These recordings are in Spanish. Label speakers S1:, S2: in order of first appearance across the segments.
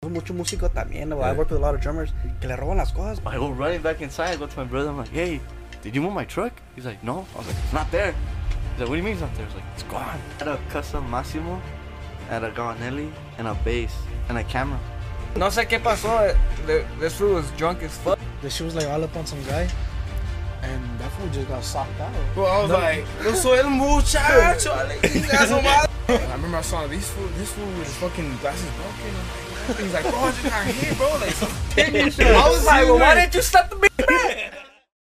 S1: pues mucho músico también. I work with a lot of drummers que le roban las cosas.
S2: I go running back inside. I go to my brother. I'm like, hey, did you move my truck? He's like, no. I was like, it's not there. He's like, what do you mean it's not there? I was like, it's gone. I had a custom Massimo, I had a Garnelli, and a bass, and a camera.
S3: No sé qué pasó. eh, The- This fool was drunk as fuck.
S4: The shit was like all up on some guy, and that fool just got socked out.
S5: Well, I was like, yo soy el muchacho. I like, "Chinga su madre." I remember I saw these fool, this fool with his fucking glasses broken. I'm like, He's like, bro, I just got here, bro. Like, some pig shit. I was like, well, why did you slap the bitch?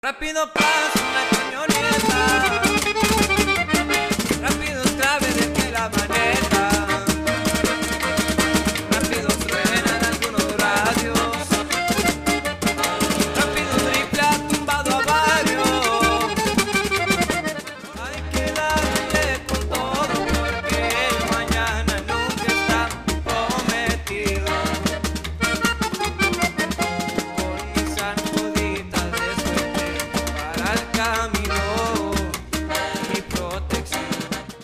S6: Rápido pasa una camioneta. Rápidos claves desde la maneta. Rápido suenan algunos radios. Rápido triple ha tumbado a varios. Hay que darle con todo porque el mañana nunca está prometido. Con mis sacuditas de suerte para el camino, mi protección.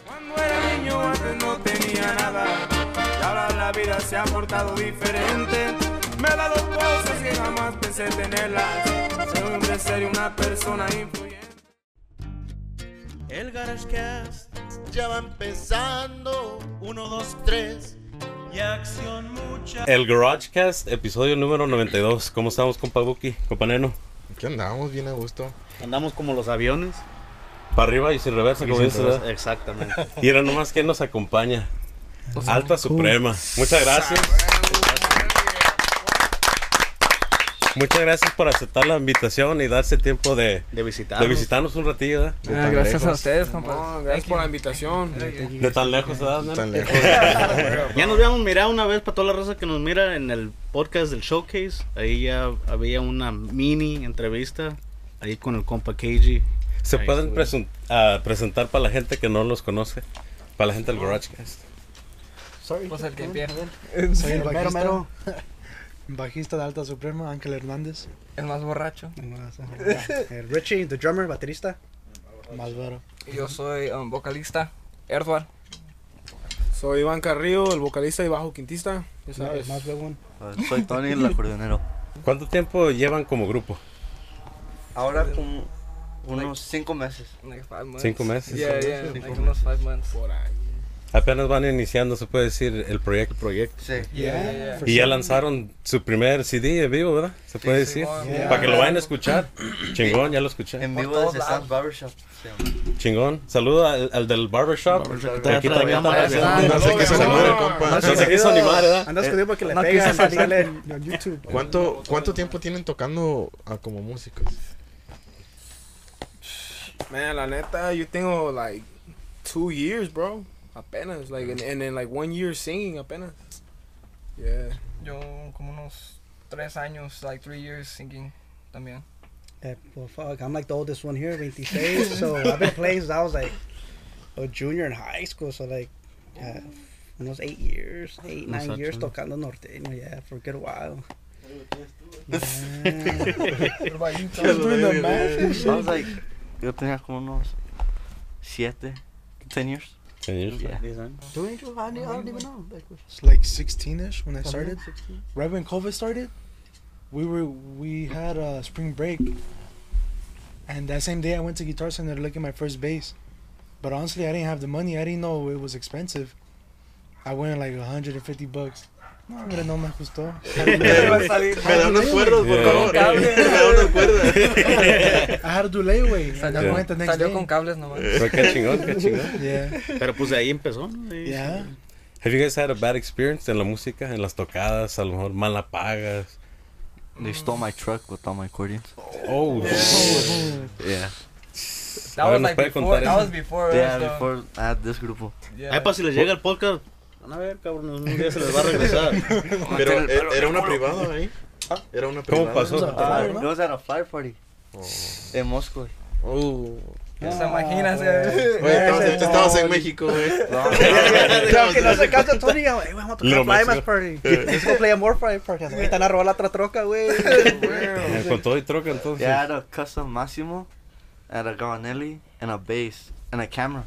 S5: Cuando era niño antes no tenía nada Y ahora la vida se ha portado diferente Me ha dado cosas que jamás pensé tenerlas Soy un de ser y una persona influyente
S7: El GarageCast ya va empezando. Uno, dos, tres. Y acción mucha.
S8: El GarageCast, episodio número 92. ¿Cómo estamos, compa Buki? Compa Neno.
S9: ¿Qué andamos? Bien a gusto.
S7: Andamos como los aviones.
S8: Para arriba y sin reversa, como dices, ¿verdad?
S7: Exactamente.
S8: Y era nomás que nos acompaña.
S3: Pues,
S8: Alta Suprema. Muchas gracias. Muchas gracias por aceptar la invitación y darse tiempo de,
S7: De visitar.
S8: de visitarnos un ratillo, ¿verdad?
S9: De tan
S3: Ah, gracias a
S9: lejos,
S3: ustedes, compa.
S5: No, gracias por la invitación
S8: De tan lejos, ¿verdad? Neno?
S9: Tan lejos.
S7: Ya nos habíamos mirado una vez para toda la raza que nos mira en el podcast del Showcase. Ahí ya había una mini entrevista ahí con el compa KG.
S8: Se
S7: Ahí
S8: pueden
S7: estuve.
S8: presun- ah, presentar para la gente que no los conoce. Para la gente del GarageCast.
S4: Sorry.
S3: Pues el que pierde
S4: Soy el
S1: El mero,
S4: bajista,
S1: mero.
S4: bajista de Alta Suprema, Ángel Hernández.
S3: es más borracho.
S1: El Richie, the drummer, baterista.
S4: Más varo.
S3: Y Yo soy um, vocalista, Erdogan.
S5: Soy Iván Carrillo, el vocalista y bajo quintista Ya sabes
S4: Más huevón.
S2: Uh, soy Tony, el acordeonero.
S8: ¿Cuánto tiempo llevan como grupo?
S2: Ahora como unos cinco meses.
S3: Like five months.
S8: Cinco meses.
S3: Yeah, yeah, like unos five months.
S5: Por ahí
S8: Apenas van iniciando, se puede decir, el proyecto. proyecto.
S2: Sí.
S3: Yeah, yeah.
S8: Y ya lanzaron su primer CD en vivo, ¿verdad? Se puede
S3: sí,
S8: decir.
S3: mon.
S8: Para que lo vayan a escuchar. Chingón, ya lo escuché.
S2: En
S3: Por
S2: vivo
S3: todos
S2: desde Sam's Barbershop. Sí.
S8: Chingón. Saludo al, al del barbershop. Que aquí también está presente.
S9: No
S7: Barbershop.
S9: sé qué se le mueve, compa.
S8: No se quiso animar, ¿verdad?
S1: Andas con tiempo que le
S3: no
S1: pegan
S3: quiso salir.
S1: sale en en YouTube.
S9: ¿Cuánto, ¿Cuánto tiempo tienen tocando ah, como músicos?
S5: Man, la neta, yo tengo like two years, bro Apenas, like, and, and then like one year singing apenas Yeah
S3: Yo como unos tres años, like three years singing también.
S1: Eh, well, fuck, I'm like the oldest one here, 26. so I've been playing since I was like a junior in high school. So like, yeah, almost eight years, eight, nine
S2: Muchacho.
S1: years tocando norteño, yeah, for a good while.
S2: I was like, yo tenía como unos siete, ten years.
S8: Señor.
S2: Yeah.
S4: It's like 16ish when I started. Right when COVID started, we were we had a spring break, and that same day I went to Guitar Center to look at my first bass. But honestly, I didn't have the money. I didn't know it was expensive. I went like 150 bucks. No, hombre, no me gustó.
S9: Me da unos cuerdos, por
S8: Yeah.
S9: favor.
S3: Cable.
S9: Me da unos cuerdos.
S4: I had to do layaway, and I
S8: Salió-
S4: went the next
S3: Salió con
S4: day.
S3: cables nomás.
S8: Pero qué chingón, qué chingón.
S4: Yeah,
S7: Pero pues de ahí empezó, ¿no? Ahí-
S4: yeah.
S8: Have you guys had a bad experience en la música, en las tocadas, a lo mejor mala pagas?
S2: They stole my truck with all my accordions.
S8: Oh,
S2: Yeah.
S3: That
S8: A ver, ¿nos
S3: was like
S8: puede
S3: before,
S8: contar
S3: that
S8: eso?
S3: was before.
S2: Yeah,
S3: us, though.
S2: before I had this grupo.
S7: Ahí para si les llega el podcast. Van a ver, cabrón, un día se les va a regresar.
S9: Pero
S2: eh,
S9: ¿e- era una privada ahí.
S7: ah.
S9: Era una privada.
S8: ¿Cómo pasó?
S2: Uh, it was at a fire party in Moscow.
S10: Uh.
S9: Oh.
S3: Pues
S10: Ah.
S3: imagínense.
S9: Oye, estabas,
S1: ese no.
S9: estabas en México, güey.
S1: Creo que no se cansa Tony. güey, vamos a
S8: Lo
S1: tocar Fly
S8: máximo.
S1: Mas Party. Let's go play a more Fly Party. Güey, están a robar la otra troca, güey.
S8: Eh, Con todo y troca, entonces.
S2: Yeah, I had a custom Massimo, I had a Garnelli, and a bass, and a camera.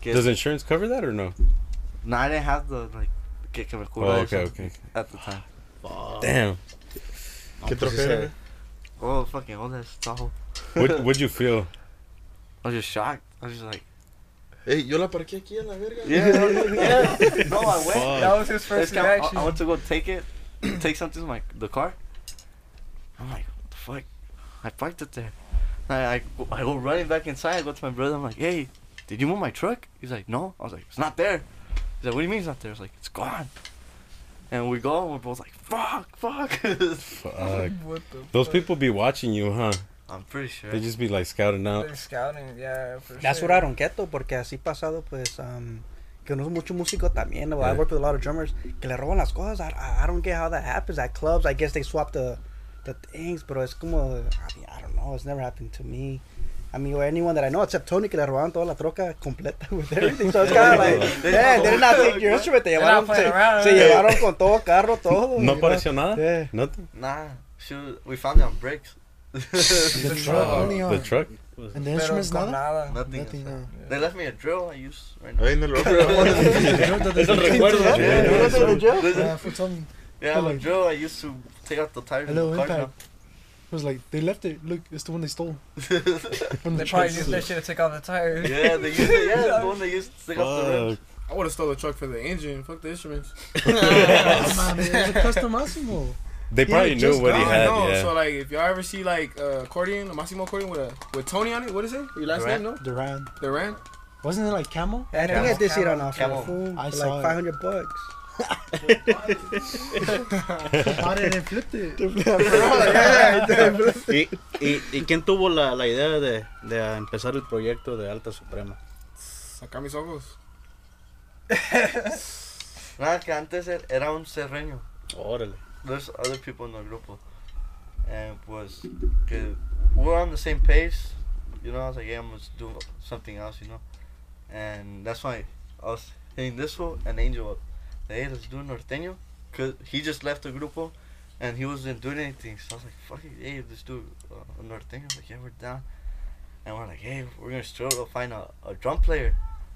S2: Que-
S8: Does insurance cover that or no?
S2: no, I didn't have the, like, que, que me
S8: Oh,
S2: cubra eso
S8: okay, okay.
S2: at the time.
S7: Fuck.
S8: Damn.
S7: No,
S9: Qué
S7: pues sí
S9: trofeo,
S7: se-
S9: eh.
S2: Oh, fucking all that stuff.
S8: What, what'd you feel?
S2: I was just shocked. I was just like,
S9: Ey, yo la parqué aquí a la verga.
S2: yeah, yeah. No, I went.
S8: Fuck.
S3: That was his
S2: It's
S3: first
S2: kinda- I,
S3: reaction.
S2: I went to go take it, take something to my the car. I'm like, what the fuck? I parked it there. And I, I go- I go running back inside. I go to my brother. I'm like, hey, did you move my truck? He's like, no. I was like, it's not there. He's like, what do you mean it's not there? I was like, it's gone. And we go. And we're both like, fuck, fuck.
S8: Fuck.
S3: What the
S8: Uh, Those
S3: fuck?
S8: people be watching you, huh?
S2: I'm pretty sure.
S8: They just be like scouting out.
S3: They're scouting, yeah. For
S1: That's
S3: sure.
S1: what I don't get though, porque así pasado pues um, que no es mucho músico también. though. I
S8: Yeah.
S1: work with a lot of drummers que le roban las cosas. I, I, I don't get how that happens at clubs. I guess they swap the the things, pero es como I, mean, I don't know. It's never happened to me. I mean, or anyone that I know, except Tony, que le robaron toda la troca completa with everything. So it's kind of like,
S2: They
S1: yeah, they did not
S2: don't-
S1: take your instrument. They
S3: They're
S1: llevaron,
S3: not
S1: se,
S3: playing around,
S1: se
S3: eh?
S1: llevaron con todo carro, todo.
S8: No
S1: you know?
S8: pareció nada.
S1: Yeah.
S8: Nothing.
S2: Nah, shoot, we found it on bricks.
S4: The
S2: Nothing.
S4: truck only
S8: The
S4: on.
S8: truck.
S4: And the
S3: Pero
S4: instruments
S3: con
S4: nada.
S3: nada.
S4: Nothing,
S2: I found.
S4: no.
S2: They left me a drill I use right now.
S9: Ahí en el otro.
S8: Es el recuerdo.
S1: Yeah,
S8: Yeah,
S1: you know,
S8: yeah,
S1: the joke.
S4: Yeah, fool told me.
S2: Yeah,
S4: Hello.
S2: like Joe, I used to take out the tires.
S4: Hello,
S2: in the car
S4: Impact. It was like, they left it. Look, it's the one they stole. From
S3: They
S4: the
S3: probably
S4: truck.
S3: just they should have took off the
S2: now.
S3: tires.
S2: Yeah, they used it. Yeah, the one they used to take out the rims.
S8: Fuck.
S9: I would have stole the truck for the engine. Fuck the instruments.
S4: Come on, man, it was a custom Massimo.
S8: They probably
S4: had
S8: knew
S4: just
S8: what he
S9: I
S8: had.
S9: know.
S8: yeah.
S9: So like, if y'all ever see like uh, accordion, a Massimo accordion with a with Tony on it, what is it? Your last
S2: Durant.
S9: name? No,
S4: Duran.
S9: Duran.
S4: Wasn't it like camel?
S1: I think I did see it on offer.
S2: Camel.
S1: fool,
S4: I
S1: for
S4: saw
S1: like
S4: it.
S1: 500 bucks.
S4: Bought it and flipped it.
S7: ¿Y, y, y quién tuvo la, la idea de, de empezar el proyecto de Alta Suprema?
S9: Acá mis ojos.
S2: Nada, que antes er- era un serreño.
S7: Órale.
S2: There's other people in the grupo. And was, que we're on the same page. You know, I was like, yeah, I'm gonna do something else, you know. And that's why I was hitting this one and Angel up. Like, hey, let's do Norteño. Cause he just left the grupo and he wasn't doing anything. So I was like, fuck it, hey, let's do uh, Norteño. like, yeah, we're down. And we're like, hey, we're gonna struggle to find a, a drum player.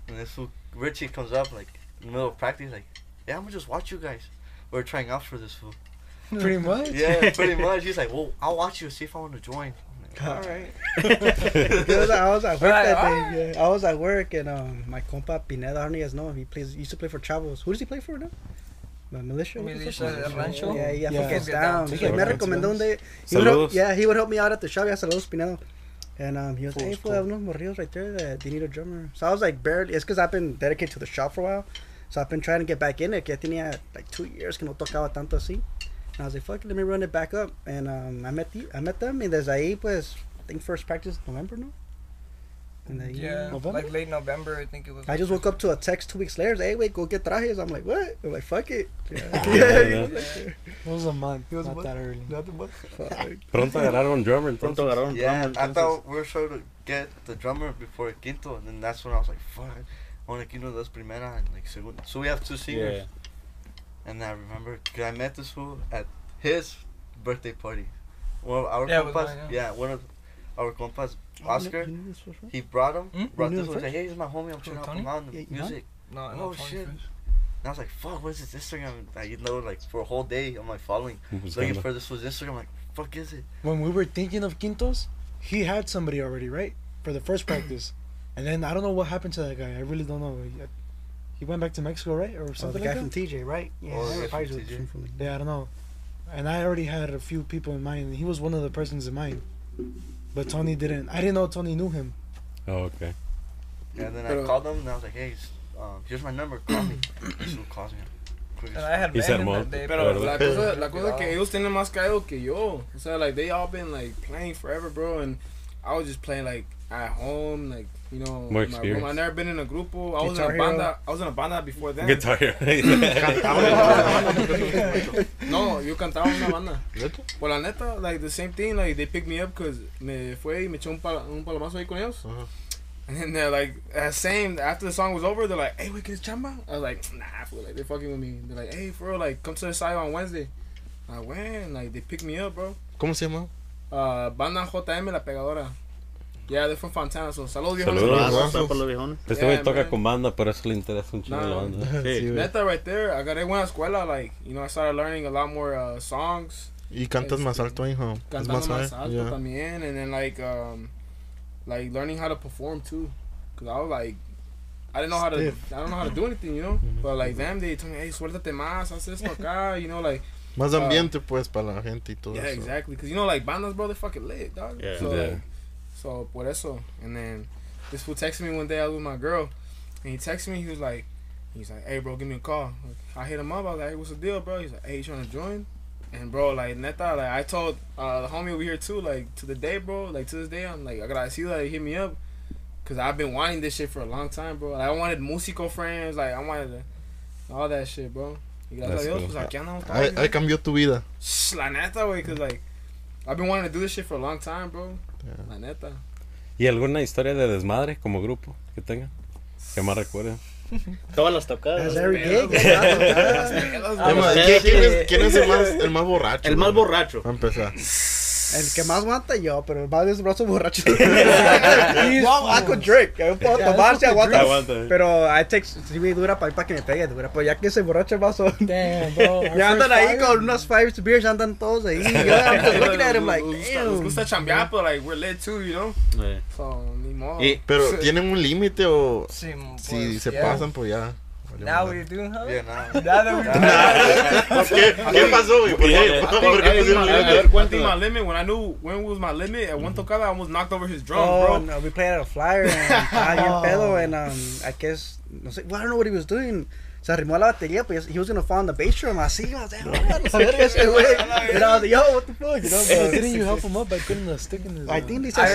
S2: And this fool, Richie comes up, like, in the middle of practice, like, yeah, I'm gonna just watch you guys. We're trying out for this fool.
S4: Pretty much.
S2: Yeah, pretty much. He's like, well, I'll watch you, see if I want to join. I'm like, All right.
S1: I was, I was at work
S3: Right,
S1: that day. Yeah. I was at work, and um, my compa Pineda, I don't know if you guys know him. He plays, he used to play for Chavos. Who does he play for now? My militia. what is it?
S3: Militia del Rancho.
S1: Yeah, yeah,
S4: Yeah.
S1: yeah. Gets
S3: Get
S1: down.
S3: down.
S1: He
S4: Yeah,
S1: me
S4: Gets
S1: recomendó un
S4: down.
S1: day. He would help,
S8: Saludos.
S1: yeah, he would help me out at the shop. Yeah, saludos Pineda. And um, he was like,
S4: Cool,
S1: hey,
S4: it's
S1: fool, I have unos morrillos right there that they need a drummer. So I was like, barely. It's because I've been dedicated to the shop for a while. So I've been trying to get back in it. Que ya tenía like two years que no tocaba tanto así. And I was like, fuck it, let me run it back up. And um, I met the, I met them, and desde ahí, pues, I think first practice November, no? And then,
S3: Yeah,
S4: November?
S3: like late November, I think it was.
S1: I just woke up to a text two weeks later. Hey, wait, go get trajes. I'm like, what? I'm like, fuck it. Yeah.
S8: Yeah, yeah.
S4: It was um, a month.
S3: was a
S4: not
S3: month.
S4: that early.
S1: Fuck.
S8: Pronto agarraron drummer.
S7: Pronto
S8: Entonces.
S7: agarraron
S2: Yeah,
S7: drama,
S2: I
S7: entonces.
S2: thought we were trying to get the drummer before Quinto, and then that's when I was like, fuck, I want to Quinto dos primera and like segunda. So we have two singers.
S7: Yeah.
S2: And I remember 'cause I met this fool at his birthday party. One of our
S3: Yeah, it was
S2: compas,
S3: mine,
S2: yeah. one of our compas, Oscar, he brought him,
S3: Hmm?
S2: brought
S1: You knew him
S2: this fool, he's like, hey, he's my homie, I'm trying to help
S3: Tony?
S2: him out in the
S1: Yeah, you know?
S2: music.
S3: No,
S2: Oh,
S3: no, Tony
S2: shit.
S3: Fish.
S2: And I was like, fuck, what is this Instagram? I, you know, like for a whole day, I'm like following,
S8: Buscando.
S2: looking for this was Instagram. Like, fuck is it?
S4: When we were thinking of Quintos, he had somebody already, right? For the first practice. And then I don't know what happened to that guy. I really don't know. He- He went back to Mexico, right? Or
S1: Oh, the
S4: something
S1: guy
S4: like
S1: from
S4: that?
S1: TJ, right? Yeah,
S2: Oh, the
S1: probably
S2: guy from
S1: was
S2: TJ.
S1: from-
S4: Yeah, I don't know. And I already had a few people in mind. He was one of the persons in mind. But Tony didn't. I didn't know Tony knew him.
S8: Oh, okay.
S2: And then I
S9: Pero-
S2: called him, and I was like, hey, s- um, here's my number. Call me. This fool calls me. Quick
S3: And
S2: as
S3: I had
S8: He
S3: met
S8: said
S3: him
S8: Mo-
S3: that day.
S9: Pero la cosa, la
S3: Cuidado.
S9: cosa que ellos tienen más caído que yo. O sea, like, they all been, like, playing forever, bro. And I was just playing, like, at home, like, you know,
S8: More
S9: in my room.
S8: experience.
S9: I never been in a grupo. I was
S1: Guitar
S9: in a
S1: Hero.
S9: banda. I was in a banda before then.
S8: Guitar Hero.
S9: no, yo cantaba en una banda. Pues la neta, like, the same thing, like, they picked me up because me fue y me eché un, pal un palomazo ahí con ellos. And then they're like, uh, same, after the song was over, they're like, hey, we get chamba? I was like, nah, fool, like, they're fucking with me. They're like, hey, bro, like, come to the side on Wednesday. I went, like, they picked me up, bro.
S10: ¿Cómo se llama?
S9: Uh, banda JM La Pegadora. Yeah, they're from Fontana, so saludos, viejo.
S8: Saludos.
S7: Saludos para los viejones.
S8: Este güey
S9: Yeah,
S8: toca
S9: man.
S8: con banda, por eso le interesa un chingo
S9: Nah.
S8: la banda.
S7: Sí.
S10: güey.
S9: Neta, right there, I got a buena escuela, like, you know, I started learning a lot more uh, songs.
S10: Y cantas más alto, hijo. Es
S9: cantando
S10: más
S9: más
S10: high.
S9: alto
S10: Yeah.
S9: también, and then like um, like learning how to perform too, cause I was like, I didn't know how to, I don't know how to do anything, you know. But like them, they told me, hey, suéltate más, haz esto acá, you know, like
S10: Más
S9: Ah.
S10: ambiente, pues, para la gente y todo
S9: yeah,
S10: eso.
S9: exactly, cause you know, like bandas, bro, they fucking lit, dog.
S7: Yeah.
S9: So,
S8: Yeah.
S9: like, so por eso, and then this fool texted me one day I was with my girl, and he texted me, he was like, he's like, hey, bro, give me a call. I hit him up, I was like, hey, what's the deal, bro? He's like, hey, you trying to join? And bro, like neta, like I told uh, the homie over here too, like to the day, bro, like to this day, I'm like I gotta see that hit me up, cause I've been wanting this shit for a long time, bro. Like, I wanted musical friends, like I wanted the, all that shit, bro. Y gracias
S8: That's
S9: a Dios,
S8: cool.
S9: pues, aquí andamos
S10: Ahí,
S9: todavía.
S10: ahí cambió tu vida.
S9: Shh, La neta, güey, cause like I've been wanting to do this shit for a long time, bro.
S10: Yeah.
S9: La neta.
S8: ¿Y alguna historia de desmadre como grupo que tengan? Que más recuerden.
S7: Todas las tocadas.
S1: That's every
S9: pedos,
S1: gig. that's all.
S10: Es más,
S7: sí,
S10: ¿quién,
S7: sí.
S10: quién es, quién es el, más, el más borracho?
S7: El más
S10: güey? Ah.
S7: borracho.
S10: Va a empezar.
S1: El que más aguanta yo, pero el más desbrazo borracho. wow, I could drink. Yo puedo tomar si aguanta.
S8: Aguanta.
S1: Pero I take, si me dura para que me pegue, dura. Pero ya que se borracha el vaso.
S4: Damn, bro.
S1: Ya andan ahí con unas five beers, andan todos ahí. Yo, I'm just looking at him like,
S9: Nos gusta- nos
S1: damn.
S9: gusta chambear, pero like we're lit too, you know. So ni modo.
S7: Y-
S10: Pero, ¿tienen un límite o
S3: Sí, pues,
S10: si se
S3: yeah.
S10: pasan, pues ya? valió
S3: Now
S10: madre.
S3: we do, huh?
S9: Yeah,
S3: Now
S9: nah.
S3: that we do.
S10: ¿Qué, ¿Qué pasó, güey? ¿Por qué?
S9: I
S10: ¿Por
S9: think,
S10: qué
S9: I think
S10: pusieron
S9: my, I
S10: límite?
S9: think one thing my limit when I knew when was my limit at
S10: Mm-hmm.
S9: one tocada I almost knocked over his drum,
S1: Oh,
S9: bro.
S1: no, we played at a flyer and estaba bien pedo and um, I guess, no sé, well, I don't know what he was doing. Se arrimó a la batería, pues he was gonna fall on the bass drum. Así, I was like, oh, no sé qué es este güey. And I was like, yo, what the fuck, you know?
S4: Hey, didn't you help him up by putting a stick in his
S1: I think they
S3: I
S1: said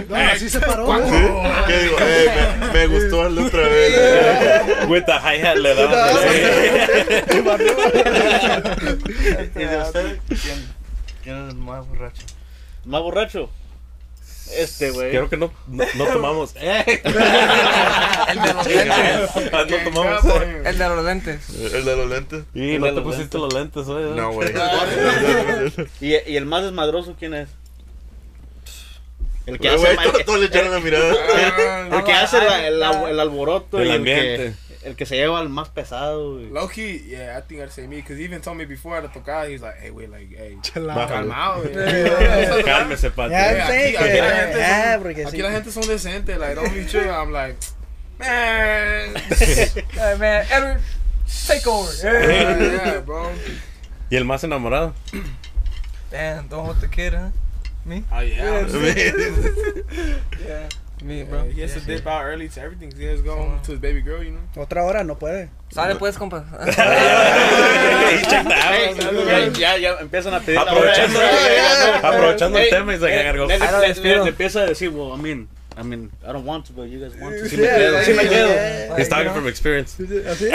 S3: remember.
S4: No, así se paró. güey.
S1: ¿eh?
S10: ¿Sí? ¿Qué digo? Ey, me, me gustó el otra vez.
S8: With the hi-hat le daba.
S2: ¿Y de usted? ¿Quién, ¿Quién es el más borracho?
S7: Más borracho. Este, güey.
S8: Creo que no, no, no tomamos. Eh,
S3: El de los lentes.
S8: no tomamos.
S9: Good job,
S8: eh.
S9: boy.
S3: El de los lentes.
S10: ¿El de los lentes?
S8: Y no te pusiste los lentes hoy.
S10: No, güey.
S7: ¿Y, y el más desmadroso quién es? El que hace
S10: Güey,
S7: ma-
S10: todos- todos le echaron la mirada.
S7: El que hace la- el, la- el alboroto
S8: El
S7: y
S8: ambiente.
S7: El, que, el que se lleva al más pesado. güey.
S9: Low key, yeah, I think I'd say me because he even told me before at the tocada he's like, hey, wait, like, hey, calm out. yeah."
S8: Cálmese, pato.
S1: Ya,
S9: Yeah,
S1: I'm saying
S9: aquí- aquí la
S1: que-
S9: gente
S1: ah,
S9: son-
S1: porque
S9: Aquí
S1: sí.
S9: la gente son decentes, like don't be chill. I'm like, man,
S3: Hey, man, Edward, take over.
S9: yeah,
S3: Yeah.
S9: yeah, bro.
S8: ¿Y el más enamorado?
S3: Damn, don't hold the kid, huh?
S9: Oh yeah,
S3: Yeah. Me,
S9: bro.
S3: bro.
S9: He has to dip out early to everything. 'cause He has to go home to his baby girl, you know.
S1: Otra hora no puede.
S3: Sale pues, compa.
S7: Ey, ya, ya, ya empiezan a pedir la
S8: Aprovechando,
S7: hora.
S8: aprovechando el
S7: Ey,
S8: tema y se
S7: eh,
S8: agarró.
S7: le-
S3: I don't
S7: le-
S3: despido.
S7: le empieza a decir, well, I mean, I mean, I don't want to, but you guys want to. Sí me
S1: Yeah,
S7: quedo, sí me
S1: yeah,
S7: quedo.
S1: yeah.
S8: He's talking from experience.
S1: Así.
S7: Ey,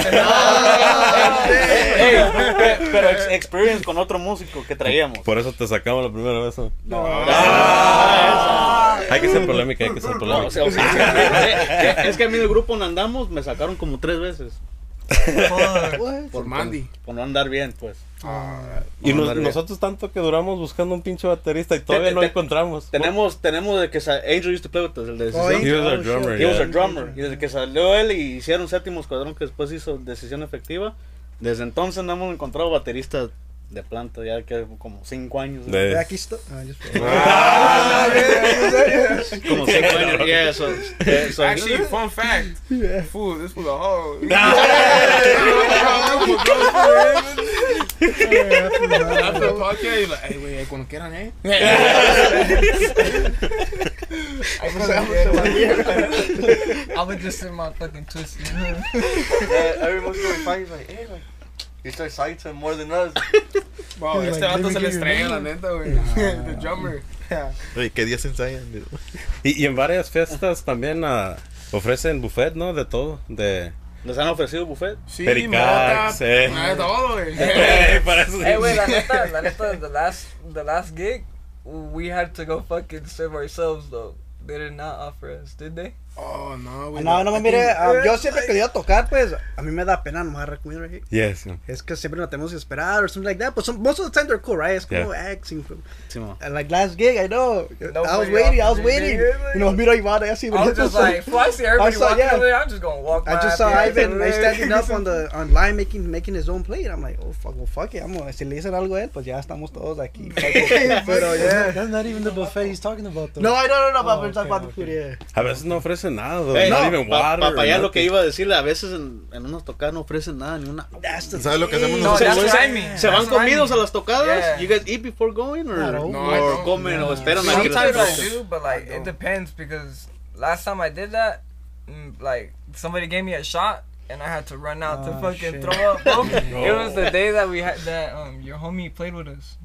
S7: pe- pero ex- experience con otro músico que traíamos.
S8: Por eso te sacamos la primera vez. ¿no?
S7: Ah,
S8: Hay que ser polémica, hay que ser
S7: No, o sea,
S8: polémica.
S7: o sea, es que- es que a mí del grupo donde andamos me sacaron como tres veces
S9: For Mandy.
S7: por no andar bien, pues.
S8: Y nos-
S7: Ándale.
S8: nosotros tanto que duramos buscando un pinche baterista y todavía
S7: Te-
S8: no
S7: te-
S8: encontramos.
S7: Tenemos, tenemos de que sa- Angel used to play with us, el de
S1: Oh,
S7: decisión.
S8: He was our
S1: oh,
S8: drummer,
S1: shit.
S7: He was
S8: yeah.
S7: a drummer. Y desde que salió él y hicieron séptimo escuadrón que después hizo decisión efectiva, desde entonces no hemos encontrado baterista de planta, ya que como cinco años. ¿no?
S8: De-
S1: Aquí estoy. Ah, yo espero.
S7: Como cinco años. yeah, so- eh,
S3: Ah,
S7: so-
S9: Actually, fun fact. Fool, this was a hoe. After the podcast, you're like, hey, wait, hey, cuando quieran, eh?
S3: I was just in my fucking twist.
S2: Yeah, every month we find, he's like, hey, like, he starts talking to him more than us.
S9: Bro,
S4: He's
S9: este
S4: like,
S9: vato
S4: let me
S9: se
S4: give
S9: le
S4: you
S9: estrella, la
S4: your
S9: neta, güey. The drummer.
S10: Oye, ¿qué días ensayan?
S8: Y, y en varias fiestas también ah, ofrecen buffet, ¿no? De todo. De
S7: ¿Les han ofrecido buffet?
S9: Sí,
S8: Pericax,
S9: mota,
S8: eh.
S9: nada de todo, güey.
S8: para eso.
S3: hey, wait, Eh, la neta, la neta, the last, the last gig, we had to go fucking serve ourselves though. They did not offer us, did they?
S9: Oh, no, güey.
S1: No, no, mire, ah, yo
S9: sé
S1: siempre que iba a tocar, pues, a mí me da pena nomás recomendar aquí.
S8: Yes. yeah.
S1: Es que siempre nos tenemos que esperar, or something like that. But some, most of the time they're cool, right? Es como eh, acting.
S7: Simón.
S1: And eh, like last gig, I know. I was
S3: Nobody
S1: waiting, I was
S3: offers
S1: waiting.
S3: me,
S1: Y nomás miro a Iván ahí así.
S3: I was just like, well, I see everybody
S1: I saw-
S3: walking
S1: yeah.
S3: over there. I'm just gonna walk.
S1: I
S3: by,
S1: just saw
S3: be like,
S1: Ivan like,
S3: "Hey."
S1: standing up on the on line making making his own plate. I'm like, oh fuck, well fuck it. I'm gonna, si le dicen algo a él, pues ya estamos todos aquí. Pero
S4: That's not-
S1: yeah.
S4: That's not even the buffet he's talking about, though.
S1: No, I don't know, but
S4: Oh,
S1: we're talking
S4: okay,
S1: about the food. Yeah.
S8: A veces no ofrecen nada, though.
S7: Hey,
S8: not
S7: no,
S8: even
S7: pa-
S8: water.
S7: pa-
S8: or
S7: pa' allá lo que
S8: nothing.
S7: iba a decirle, a veces en, en unas tocadas no ofrecen nada, ni una.
S1: That's the
S10: ¿Sabes lo que hacemos
S1: thing.
S3: No,
S10: nosotros?
S3: that's
S7: se-
S3: what I mean.
S7: ¿Se van
S3: That's what I
S7: comidos a
S3: mean.
S7: las tocadas?
S3: Yeah.
S7: You guys eat before going? Or,
S4: Not always.
S9: No, I
S7: or
S9: don't.
S7: comen o esperan a que les
S3: Sometimes I
S7: ofrezcan?
S3: do, but like it depends because last time I did that, mm, like somebody gave me a shot and I had to run out to
S4: Oh,
S3: fucking
S4: shit.
S3: throw up. bro. It was the day that we had that um your homie played with us.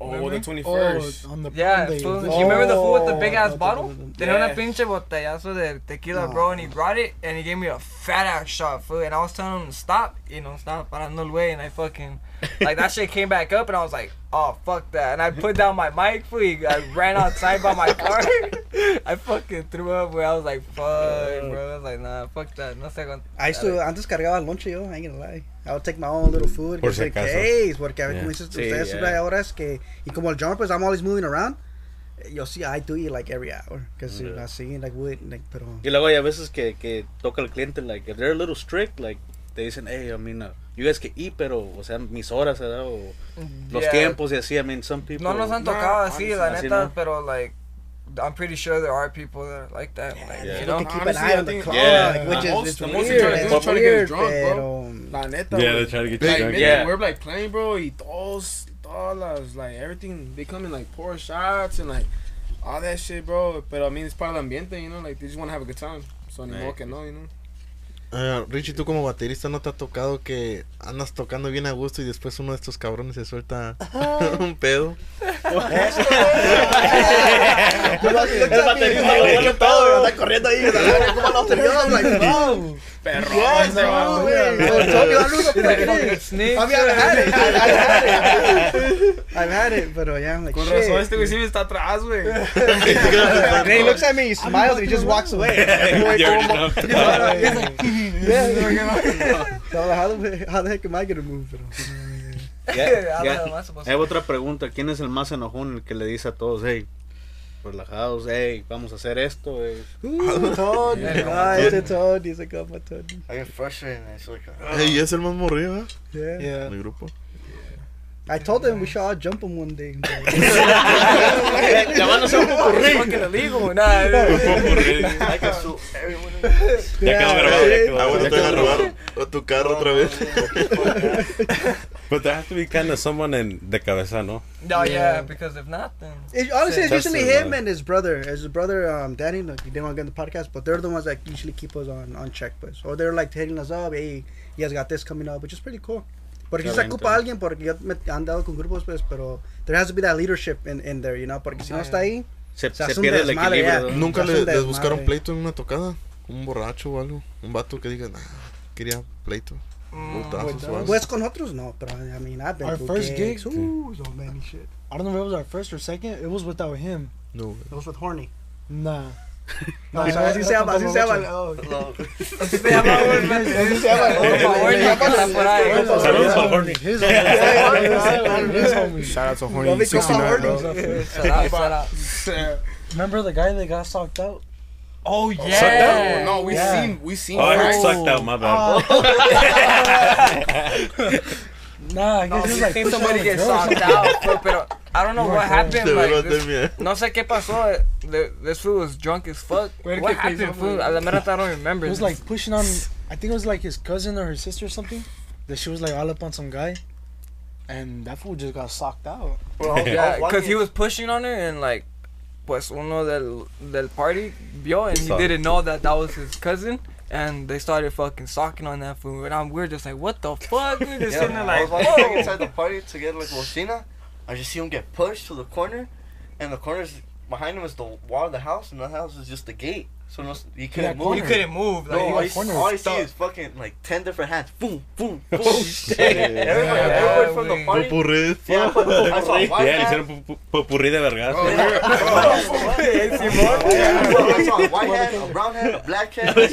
S9: Oh, the 21st.
S4: Oh, on the
S3: Yeah,
S4: on the-
S3: fool. you remember the fool with the big ass
S4: Oh,
S3: bottle? Tenía una
S9: Yeah.
S3: pinche botellazo de tequila,
S4: Ah.
S3: bro, and he brought it and he gave me a fat ass shot, fool. And I was telling him to stop, you know, stop parando el way, and I fucking like that shit came back up, and I was like, oh fuck that, and I put down my mic, fool. He- I ran outside by my car. I fucking threw up, where I was like, fuck, bro. I was like, nah, fuck that, no sé cuánto.
S1: I used to, antes cargaba el lonche yo, I ain't gonna lie. I would take my own little food.
S8: Por
S1: just
S8: si
S1: in
S8: acaso.
S1: case, porque a veces, como
S8: Yeah.
S1: dices,
S7: Sí,
S1: ustedes siempre
S7: yeah.
S1: hay horas que, y como el drummer, pues I'm always moving around. eh, Yo sí, I do eat like every hour. Cause
S7: Yeah.
S1: así, like wood, like, pero.
S7: Y luego hay a veces que, que toca el cliente, like, if they're a little strict, like, te dicen, hey, I mean, uh, you guys can eat, pero, o sea, mis horas, ¿verdad? O los
S3: Mm, Yeah.
S7: tiempos y así, I mean, some people.
S3: No nos han
S9: No,
S3: tocado así, la
S7: así
S3: neta,
S7: no.
S3: pero like, I'm pretty sure there are people that are like that. like,
S7: yeah.
S3: You
S1: You
S3: know?
S1: can keep an
S9: honestly,
S1: eye
S9: I
S1: on the
S9: think-
S1: clock,
S7: Yeah.
S1: like, which
S9: The
S1: is
S9: most-
S1: it's
S9: the most
S1: weird,
S9: interesting is
S1: it's
S9: trying to get
S1: weird,
S9: drunk, bro.
S1: pero
S9: La neta.
S8: Yeah,
S9: güey.
S8: they try to get you
S9: like,
S8: drunk.
S9: midnight,
S7: Yeah.
S9: we're like playing, bro, y todos, todas las, like, everything, they come in, like, pour shots and, like, all that shit, bro. But, I mean, it's part of the ambiente, you know, like, they just want to have a good time. So, ni
S7: Right.
S9: modo que no, you know.
S10: Ah, Richie, tú como baterista no te ha tocado que andas tocando bien a gusto y después uno de estos cabrones se suelta un pedo.
S7: El baterista lo huele todo,
S1: está corriendo ahí, ¿sabes? ¿Cómo lo terminó? Like, wow.
S9: Perro,
S1: Yes, bro, güey. Antonio, algo por aquí. I mean, I've had it. I've had it. I've had it, but yeah, I'm like,
S9: Con razón,
S1: shit.
S9: este güey sí está atrás, güey.
S1: And then he looks at me, he smiles, and he just walks away. Like,
S8: You already know.
S1: yeah. So how the, how the heck am I gonna move? Bro?
S7: Ya,
S3: I
S7: ya.
S3: don't know, am I supposed to-
S7: Hay otra pregunta, ¿quién es el más enojón, el que le dice a todos, hey, relajados, hey, vamos a hacer esto, hey?
S1: Ooh, Tony,
S3: Yeah.
S1: guys, it's Tony, it's a good one, Tony.
S2: I get frustrated. and It's like,
S10: Ey, es el más morrido, ¿eh?
S1: Yeah.
S4: Yeah.
S10: El grupo.
S1: I told him we should all jump him one day. bro.
S7: Ya van a hacer un
S3: Fucking illegal, nah,
S2: I can sue everyone.
S8: Ya quedó grabado, ya quedó
S10: Ah, bueno,
S8: grabado.
S10: te van a robar o tu carro otra vez.
S8: But there has to be kind of someone in de cabeza, ¿no?
S3: No, yeah, because if not, then
S1: It, honestly, it's
S8: That's
S1: usually
S8: the
S1: him
S8: one.
S1: and his brother. His brother, um, Danny, like, he didn't want to get on the podcast, but they're the ones that usually keep us on, on check, pues. Or they're like hitting us up, hey, you guys got this coming up, which is pretty cool. Porque si se
S7: Excelente.
S1: ocupa alguien, porque yo me he andado con grupos, pues, pero there has to be that leadership in, in there, you know, porque si no
S3: Ah,
S1: está ahí,
S7: Se,
S1: sea,
S7: se
S1: es un
S7: pierde el
S1: desmadre,
S7: equilibrio.
S1: ya.
S7: ¿no?
S10: Nunca
S1: Hacen
S10: le- les
S1: desmadre.
S10: buscaron pleito en una tocada. Un borracho o algo. Un vato que diga, "Ah, quería pleito. Putazos o algo.
S1: pues con otros no, pero, I mean, I've been
S4: Our
S1: through
S4: first
S1: gigs,
S4: gig?
S1: ooh, so many shit.
S4: I don't know if it was our first or second. It was without him.
S10: No, güey.
S1: It was with Horny.
S4: Nah.
S1: No, o sea, así se llama, así se llama. Oh, okay.
S3: Así se llama, güey, espérate.
S1: Así se llama.
S3: Por favor,
S1: Le
S3: ya que está por ahí.
S1: llaman-
S4: His
S8: Saludos al
S4: homie,
S8: Horny.
S4: His homie. His homie.
S9: Shout out to
S1: Lo vi
S9: Horny
S1: con
S9: 69,
S1: Horny.
S9: bro.
S3: Shut up, shut up.
S4: Remember the guy that got socked out?
S3: Oh
S9: No,
S3: yeah. Oh.
S9: no, we
S4: Yeah.
S9: seen, we seen.
S8: Oh, I heard
S9: Frank.
S8: sucked out, my bad.
S4: Nah, Ah, I
S3: No,
S4: guess he
S3: we
S4: was like
S3: seen
S4: pushing
S3: somebody
S4: all the
S3: get
S4: girls.
S3: socked out, bro, pero I don't know
S4: You
S3: what
S4: are correct.
S3: happened.
S10: Te veo
S3: Like,
S10: de
S3: this-
S10: mierda.
S3: no sé qué pasó. The- This fool was drunk as fuck.
S9: Where
S3: What
S9: did it
S3: happened,
S9: come
S3: fool?
S9: from?
S3: I- La mera, I don't remember.
S4: He was like pushing on. I think it was like his cousin or his sister or something. That she was like all up on some guy, and that fool just got socked out.
S3: Yeah, because he was pushing on her and like, pues uno del del party vio and he
S8: Sock.
S3: didn't know that that was his cousin and they started fucking socking on that fool and I'm, we're just like what the fuck we're just sitting there
S2: I
S3: like
S2: was walking
S3: whoa.
S2: inside the party to get like Lucina. I just see him get pushed to the corner, and the corner's behind him is the wall of the house, and the house is just the gate. So no, you couldn't move.
S3: You couldn't move. Like,
S2: No,
S3: you
S2: all,
S3: were
S2: you,
S3: cornered.
S2: all I see is fucking like ten different hands. Boom, boom, boom.
S8: Oh,
S2: shit.
S8: shit.
S2: Everybody,
S3: Yeah,
S2: everybody from the
S3: güey.
S2: party.
S10: Popurrí.
S2: Yeah, but I saw
S8: Ya,
S2: white
S8: le
S2: hat.
S8: hicieron pu- pu- popurrí de vergas.
S2: Well, I saw a white hat, a brown hat, a black hat. I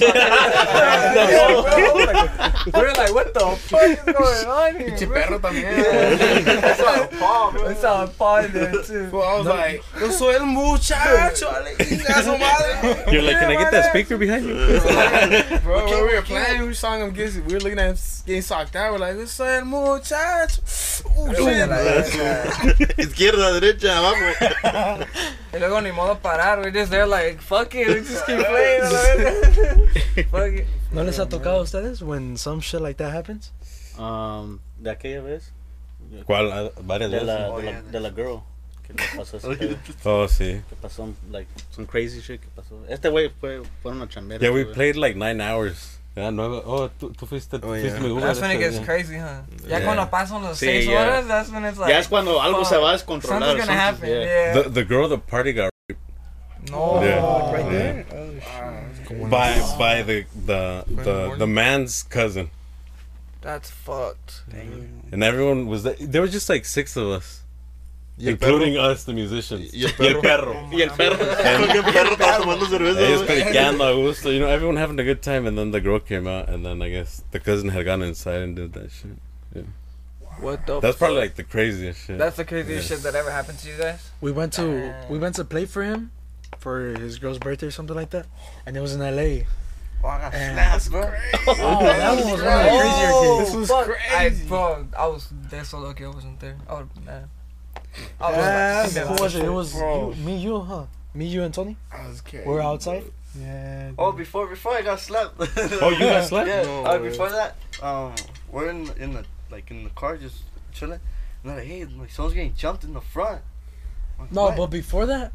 S2: saw-
S3: We're like, what the fuck is going on here?
S9: Pinche
S3: bro?
S9: perro también.
S2: I saw a paw, bro.
S3: It's all fun there too.
S9: Well, I was like, yo soy el muchacho, alegría, su madre.
S8: You're like, can I get that speaker behind you?
S9: Bro, when we were playing, we saw him get, we were looking at him getting socked out. We're like, yo soy el muchacho. Ooh, shit.
S10: Izquierda, derecha, abajo.
S3: Y luego ni modo parar, we're just there like, fuck it, we just keep playing. a la verga. fuck it.
S4: ¿No les ha tocado a ustedes when some shit like that happens?
S7: Um, de aquella vez,
S8: ¿Cuál? Ah, Varias
S7: de la,
S8: veces.
S7: de la, de la girl. Que le pasó ese pedo,
S8: Oh, sí.
S7: que pasó, like, some crazy shit que pasó. Este güey fue, fue una chambera.
S8: Yeah, we
S7: güey.
S8: played like nine hours. Ya, nueve. Oh, tú, tú fuiste,
S10: Oh,
S8: fuiste
S10: yeah.
S8: mi Uber
S3: That's when it
S8: ese
S3: gets
S8: día.
S3: crazy, huh?
S8: Yeah.
S3: Ya cuando pasan los
S7: Sí,
S3: seis
S7: yeah.
S3: horas, that's when it's like,
S7: Ya es cuando algo se va a descontrolar.
S3: something's gonna
S7: something-
S3: happen,
S7: yeah.
S3: yeah.
S8: The, the girl, the party got
S3: no.
S8: Yeah.
S1: Like right
S8: Yeah.
S1: there. Oh, shit.
S8: by by the the the, the man's cousin,
S3: That's fucked.
S8: and everyone was there. There was just like six of us,
S10: Y el perro.
S8: including us, the musicians.
S10: Y el
S8: Y el
S10: perro.
S8: perro.
S7: Y el perro.
S10: Creo que el perro estaba tomando cerveza,
S8: Ellos
S10: güey.
S8: periqueando a gusto, you know, everyone having a good time, and then the girl came out, and then I guess the cousin had gone inside and did that shit.
S3: What the
S8: That's probably like the craziest shit.
S3: That's the craziest shit that ever happened to you guys.
S4: We went to we went to play for him for his girl's birthday or something like that, and it was in LA.
S2: Oh, I got
S4: And-
S2: slaps, bro.
S4: Oh, that one was one of the crazier gigs.
S9: This was
S3: fuck.
S9: crazy.
S3: I, bro, I was that's so lucky I wasn't there. Oh man. I was
S4: Yeah,
S3: about to say
S4: who
S3: that.
S4: was it? It was
S9: Bro.
S4: you, me, you, huh? Me, you, and Tony.
S9: I was crazy.
S4: We're outside.
S1: Yeah.
S2: Oh, before before I got slapped.
S8: oh, you guys slept?
S2: Yeah.
S10: No,
S2: uh,
S10: bro.
S2: before that, um, we're in in the like in the car just chilling. And they're like, hey, like, someone's getting jumped in the front. I'm like,
S4: No,
S2: "What?"
S4: but before that,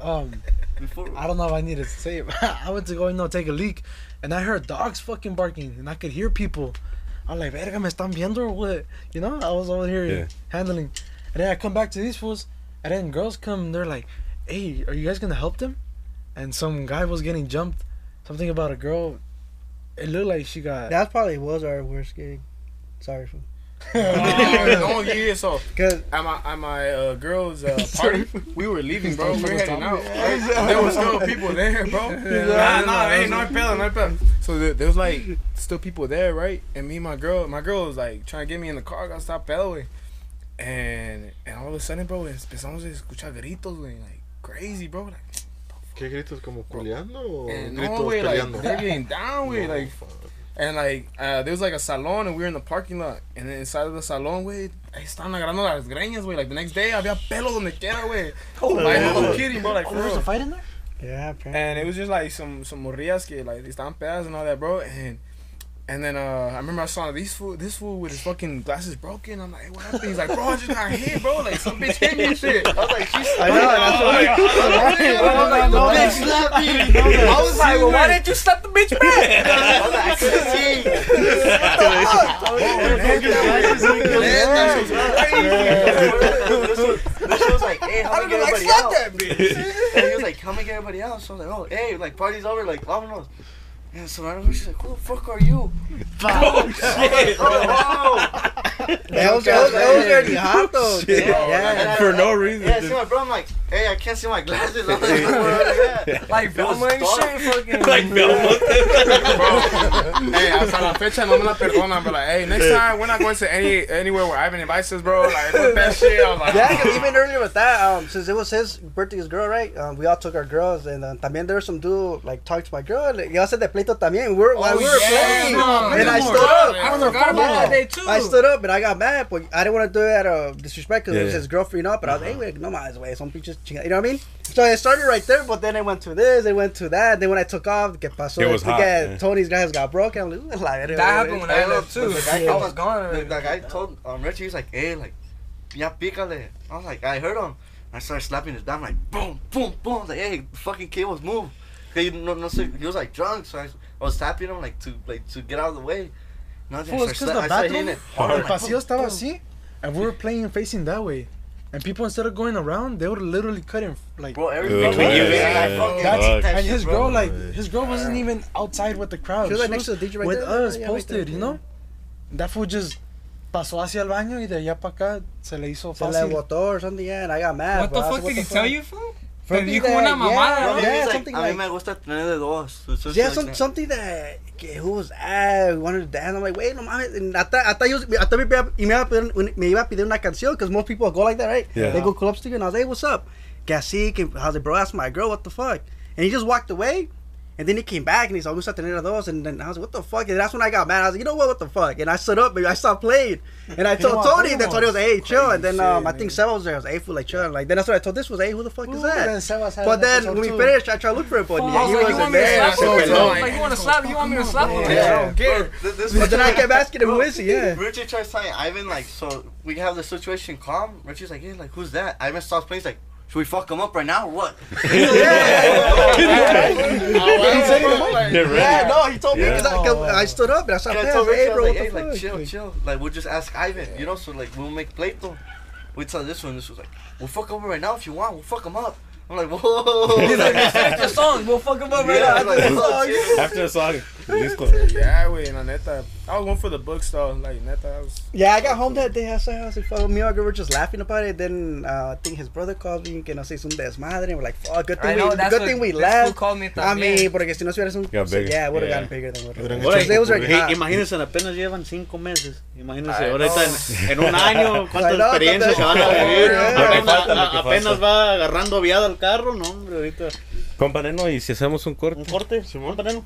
S4: um,
S2: before
S4: I don't know if I need to say it. I went to go, you know, take a leak, and I heard dogs fucking barking, and I could hear people. I'm like, verga, me están viendo or what? You know, I was over here
S8: Yeah.
S4: handling. And then I come back to these fools, and then girls come, and they're like, hey, are you guys gonna help them? And some guy was getting jumped. Something about a girl. It looked like she got.
S1: That probably was our worst gig. Sorry for.
S9: Oh, no, yeah, so
S1: Cause
S9: at my at my uh, girl's uh, party, we were leaving, bro. We were heading out. There was still people there, bro. Nah, nah, hey, no hay pedo, no hay pedo. So there, there was like still people there, right? And me and my girl, my girl was like trying to get me in the car, got stopped pedo, güey. And and all of a sudden, bro, empezamos a escuchar gritos, güey, like crazy, bro. Like,
S10: ¿Qué gritos? ¿Como culeando o
S1: eh,
S9: and
S10: gritos
S9: no, güey, like
S10: peleando?
S9: they're getting down, güey, like And like uh, there was like a salon and we were in the parking lot and then inside of the salon, güey, ahí estaban agarrando las greñas, güey. Like the next day había pelo donde quiera, güey. Oh, like, no kidding, bro. Like
S4: Oh,
S9: for
S4: there was a
S9: real.
S4: fight in there?
S1: yeah, apparently.
S9: And it was just like some some morrillas que like they estaban pedas and all that, bro. And and then uh, I remember I saw these fool this fool with his fucking glasses broken. I'm like, hey, what happened? He's like, bro, I just got hit, bro. Like some bitch hit me and shit.
S2: I was like, she's.
S1: I know. That's what I
S9: I
S2: No, bitch slapped me. I was like,
S3: Well, why didn't you slap the bitch back?
S2: I was like, I couldn't see.
S9: was
S2: this was- this was like, hey, how am I get everybody
S3: slap
S2: out? And he was like, how am I get everybody out? So I was like, oh, hey, like party's over, like vámonos. And so I was like, who the fuck are you? Oh shit!
S1: Oh, That was, that was, that was already hot though. dude. Yeah.
S2: Yeah.
S8: For no reason.
S2: Oh, Yeah, I see my bro. I'm like, hey, I can't see my glasses. I'm like, where are they at?
S3: Like,
S2: That was
S3: Velma and
S2: dark.
S3: shit, fucking.
S8: like Belmont.
S9: Hey, hasta la fecha no me la perdonan, but like, hey, next time we're not going to any anywhere where Ivan invites us, bro. Like, fuck that shit. I'm like,
S1: Yeah, 'cause even earlier with that, um, since it was his birthday, his girl, right? Um, we all took our girls, and uh, también there was some dude like talked to my girl. Like, y'all said that pleito también. We We're,
S3: Oh,
S1: while we were playing,
S9: no,
S1: and I
S9: no
S1: stood
S9: more.
S1: up.
S9: I forgot
S3: that
S9: about that.
S3: day too.
S1: I stood up and I got mad, but I didn't want to do it out of disrespect because it
S8: Yeah,
S1: was
S8: yeah.
S1: his girlfriend up. But I was like, hey, wait, no más, way, son pinches chingados. You know what I mean? So it started right there, but then it went to this, it went to that. Then when I took off, que pasó?
S8: It was
S1: The
S8: hot,
S1: guy-
S8: yeah.
S1: Tony's guys got broken. I'm like, "Ooh, la verga, wey."
S3: That happened when I left too.
S2: Like,
S3: I was gone.
S2: Like,
S3: already.
S2: like I told um, Richie, he's like, hey, like, ya pícale. I was like, I heard him. I started slapping his down, like, boom, boom, boom. I was like, hey, the fucking kid was moved. He, no, no, so he was like drunk, so I, I was tapping him like to like to get out of the way. No,
S4: Fool, it's 'cause the
S2: I started hitting
S4: bathroom-
S2: it
S4: El
S2: hard.
S4: pasillo estaba así, and we were playing facing that way. And people instead of going around, they would literally cut him like.
S2: Bro, every
S8: Dude,
S2: between you
S8: man.
S2: and I fucking
S4: That's-
S2: hate that
S4: and
S2: shit,
S4: his girl,
S2: bro.
S4: like his girl, wasn't even outside with the crowd.
S1: She was like next to the DJ right
S4: with
S1: there.
S4: us
S1: Yeah, right
S4: posted,
S1: there,
S4: you
S1: yeah.
S4: know. That fool just pasó hacia el baño y de allá para acá se le hizo
S1: So like
S4: fácil.
S1: what or something, yeah, and I got mad.
S3: What
S1: bro.
S3: the
S1: I was
S3: fuck
S1: like,
S3: did he
S1: what
S3: tell
S1: the
S3: you, fool?
S1: fuck?
S3: Te
S1: Something
S3: dijo una
S1: that- yeah,
S3: mamada,
S2: Bro,
S3: ¿no?
S1: yeah,
S2: it's like,
S1: something
S2: a mí
S1: like,
S2: me gusta tener de dos. It's just
S1: yeah,
S2: like
S1: some,
S2: that.
S1: something that que who was ah wanted to dance. I'm like, wait, no mames. And I thought, I thought he was, I thought me, iba- y me, iba a pedir, un- me iba a pedir una canción because most people go like that, right?
S8: Yeah.
S1: They go clubs together. And I was like, hey, what's up? Que así, que how's it, bro? That's my girl. What the fuck? And he just walked away. And then he came back and he's almost at the end of those. And then I was like, what the fuck? And that's when I got mad. I was like, you know what? What the fuck? And I stood up and I stopped playing. And I told
S4: Primo,
S1: Tony, then
S4: primo.
S1: Tony was like, hey, chill. And then um, I
S4: Crazy,
S1: think Seba was there. I was like, hey, fool, like, chill. Like, then that's what I told this was, hey, who the fuck is
S4: Ooh, then
S1: that?
S4: Sebas had
S1: But
S4: an
S1: then
S4: episode
S1: when we
S4: too.
S1: finished, I tried to look for it, but
S3: I was
S1: he
S3: like, you
S1: wasn't
S3: want me to
S1: there.
S3: slap
S1: So
S3: him?
S1: it's like-
S3: Like, you want to slap? You want me to slap him?
S1: Yeah.
S3: I don't care.
S2: Bro, th- this
S1: But then I kept asking him,
S2: Bro,
S1: who is he? Yeah.
S2: Richie tries telling Ivan like, so we have the situation calm. Richie's like, yeah, like who's that? Ivan stops playing. He's like, should we fuck him up right now or what?
S8: Get ready.
S2: yeah, no, he told me.
S8: Yeah.
S1: Cause I, 'cause I stood up and I stopped
S2: Yeah, I
S1: there. I
S2: told
S1: was like, hey,
S2: Richie, I
S1: bro, what
S2: was like, hey,
S1: the
S2: like,
S1: fuck?
S2: chill, chill. Like, we'll just ask Ivan, you know, so, like, we'll make Plato. We tell this one, this was like, we'll fuck him up right now if you want, we'll fuck him up. I'm like, whoa. He's like,
S3: That's the song. We'll fuck him up right
S2: yeah,
S3: now.
S2: I'm like, oh, shit.
S8: After the song, these close.
S9: Yeah, güey, la neta. I was going for the books, though. Like, neta, I was.
S1: Yeah, I got home that day. I was like, I was like, fuck, me and my girl were just laughing about it. Then uh, I think his brother called me, que no sé, es un desmadre. And we're like, fuck, good
S3: I
S1: thing
S3: know,
S1: we,
S3: that's
S1: good
S3: what
S1: thing we
S3: this fool
S1: left.
S3: called me
S1: I mean,
S3: también.
S1: porque si no estuvieras un...
S8: Got bigger.
S1: Yeah, it would have
S8: Yeah.
S1: gotten bigger than what it
S10: Hubieran
S1: was.
S10: hecho
S1: Tuesday was
S7: Ey,
S1: like,
S7: imagínense, apenas llevan cinco meses. Imagínense,
S3: Ay,
S7: ahora está en, en un año,
S1: Ay,
S7: cuántas
S1: no,
S7: experiencias se
S1: cuántas-
S7: van a vivir.
S1: Ay,
S8: lo que
S7: Apenas,
S8: falta, lo
S7: a-
S8: que
S7: apenas
S8: falta.
S7: va agarrando viado al carro, no, hombre, ahorita.
S8: Compa Neno, ¿y si hacemos un corte?
S7: ¿Un corte? ¿Un panelo?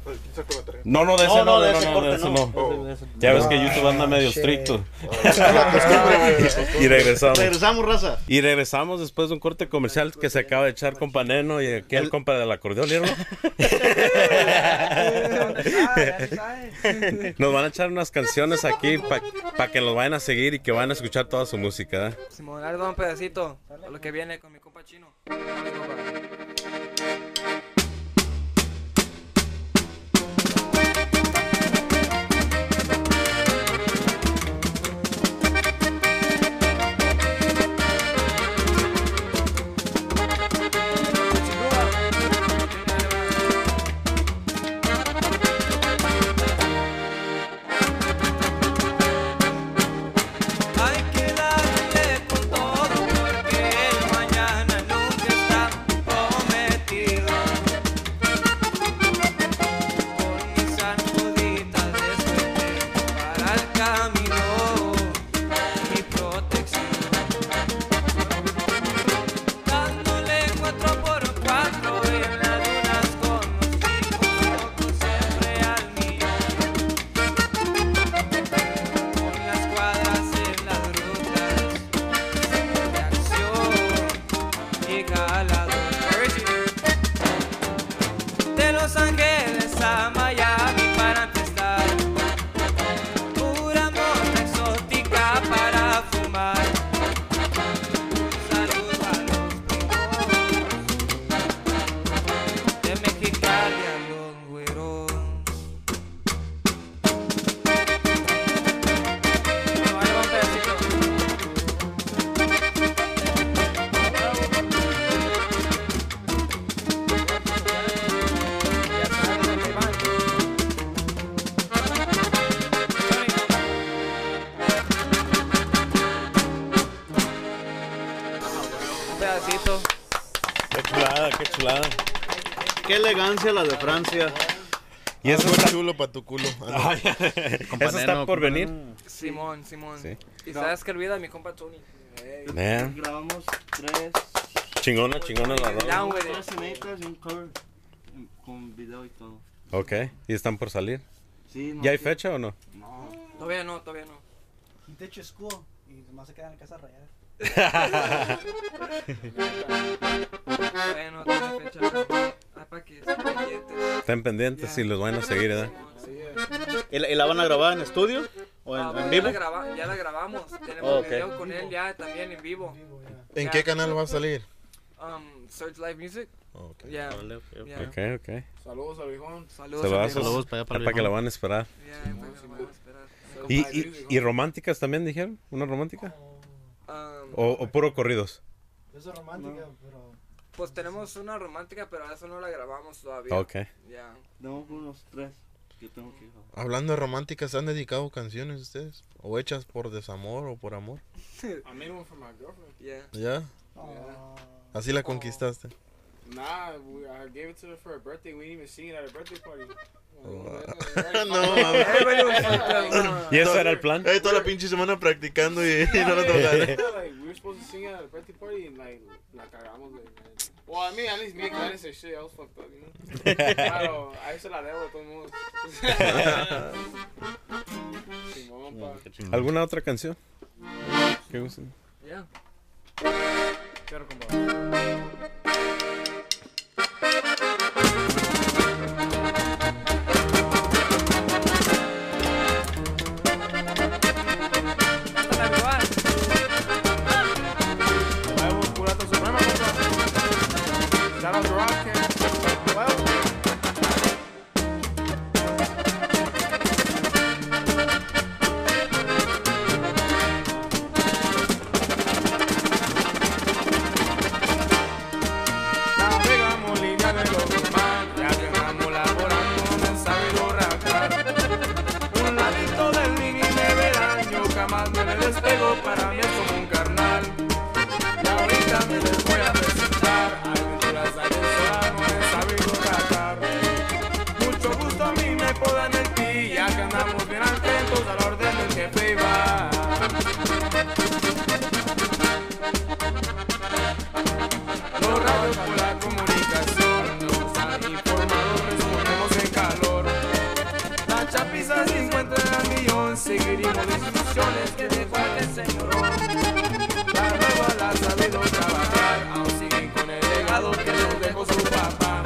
S8: No, no, de ese no, no, de, ese no, Ah, Oh, de ese no.
S3: Oh,
S7: corte, no.
S8: Ya ves que YouTube anda medio
S1: shit.
S8: estricto. y regresamos.
S7: Regresamos, raza.
S8: Y regresamos después de un corte comercial que se acaba de echar compa Neno y aquí el Ah, compa del acordeón, ¿vieron? Nos van a echar unas canciones aquí para que los vayan a seguir y que vayan a escuchar toda su música. ¿eh?
S3: Simón, ahora da un pedacito. a Lo que viene con mi compa chino.
S6: Hay que darle con todo porque el mañana nunca está prometido. Con mis sacuditas de suerte para el camino, mi protección. Dándole cuatro por cuatro en las dunas con los hijos locos siempre al millón. Con las cuadras en las rutas de acción y calador De Los Ángeles a Miami para empezar Pura mona exótica para fumar Saludos a los primos De Mexicali a los güeros Ahí va un pedacito. Ya sabes dónde van. Un pedacito.
S8: Qué chulada, qué chulada.
S7: Qué elegancia la de Francia.
S8: Y eso
S10: Algo
S8: está,
S10: chulo para tu culo.
S8: eso está por venir.
S3: Simón, Simón.
S8: Sí.
S3: Y sabes que olvida mi compa Tony.
S8: Man,
S2: Grabamos tres,
S8: chingona, chingona la rola.
S3: Down with
S2: tres
S3: it.
S2: cintas y un cover mm, con video y todo.
S8: Ok, y están por salir.
S2: Sí, no,
S8: ¿Ya hay
S2: sí.
S8: fecha o no?
S2: No.
S3: Todavía no, todavía no.
S1: De hecho, es Y nomás se quedan en casa rayada.
S3: Todavía no tiene fecha. Ah, para que estén pendientes.
S8: Estén pendientes y los van a seguir, ¿eh? ¿verdad?
S7: ¿Y la, y la van a grabar en estudio? ¿O en,
S3: Ah,
S7: en
S3: pues ya,
S7: vivo?
S3: la graba- ya la grabamos. Tenemos
S7: Oh, ok.
S3: video con él ya también en vivo.
S10: ¿En qué canal va a salir?
S3: Um, Search Live Music.
S10: ok.
S3: Yeah.
S7: Órale, ok, ok.
S3: yeah.
S8: Ok, ok.
S9: Saludos al viejón.
S3: Saludos.
S8: Saludos,
S3: amigo.
S7: Saludos para allá, para
S8: para que la van a esperar.
S3: Yeah, para que lo van a esperar.
S8: ¿Y, y, y románticas también dijeron? ¿Una romántica?
S2: Ah,
S3: Um,
S8: O, o puro corridos.
S11: Es romántica, pero.
S3: Pues tenemos una romántica, pero a eso no la grabamos todavía.
S8: Ok.
S3: Ya.
S2: Tenemos unos tres. Yo tengo que ir.
S10: Hablando de románticas, ¿han dedicado canciones ustedes? ¿O hechas por desamor o por amor?
S5: I made one for my girlfriend.
S3: Yeah.
S10: ¿Ya? Así la conquistaste.
S5: Nah, we, I gave it to her for her birthday. We didn't even sing it at her birthday party.
S9: Oh.
S8: Oh,
S10: Oh. no, mames.
S3: Everybody was fucked up.
S8: ¿Y ese era el plan?
S10: Eh, toda la pinche semana practicando y, y no la tocaron.
S5: Yeah, like we were supposed to sing it at a birthday party and like la cagamos like né? man. Well I mean at least me and Gladys and shit, I was fucked up, you know. Claro, ahí se la debo a todo el mundo. Simón, pa.
S8: ¿Alguna otra canción? ¿Qué gusten?
S3: Yeah.
S5: Claro, compa.
S12: Hasta la Guevara.
S5: Huevo, curato suprema, compa. Claro, rock. Huevo. Navegamos liviano en los mar, ya que andamos laborando no sabido rascar. Un ladito del mini me verán, yo jamás me le despego, para mí es como un carnal. Y ahorita me les voy a presentar, aventuras al no he sabido rascar. Mucho gusto a mí me podan el ti, ya que andamos bien atentos al orden del jefe Iván. Los radios por la comunicación nos han informado, respondemos en calor. La chapiza se encuentra en el millón, seguiremos las instrucciones que dejó el señor. La nueva la ha sabido trabajar, aún siguen con el legado que nos dejó su papá.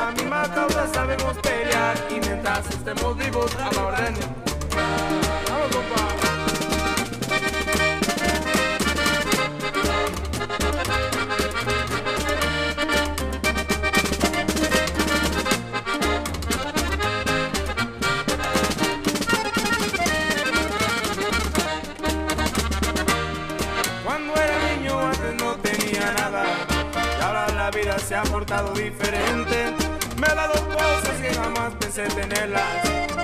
S5: La misma causa sabemos pelear y mientras estemos vivos a la orden. Vamos, compa. Cuando era niño antes no tenía nada Y ahora la vida se ha portado diferente Me ha dado cosas que jamás pensé tenerlas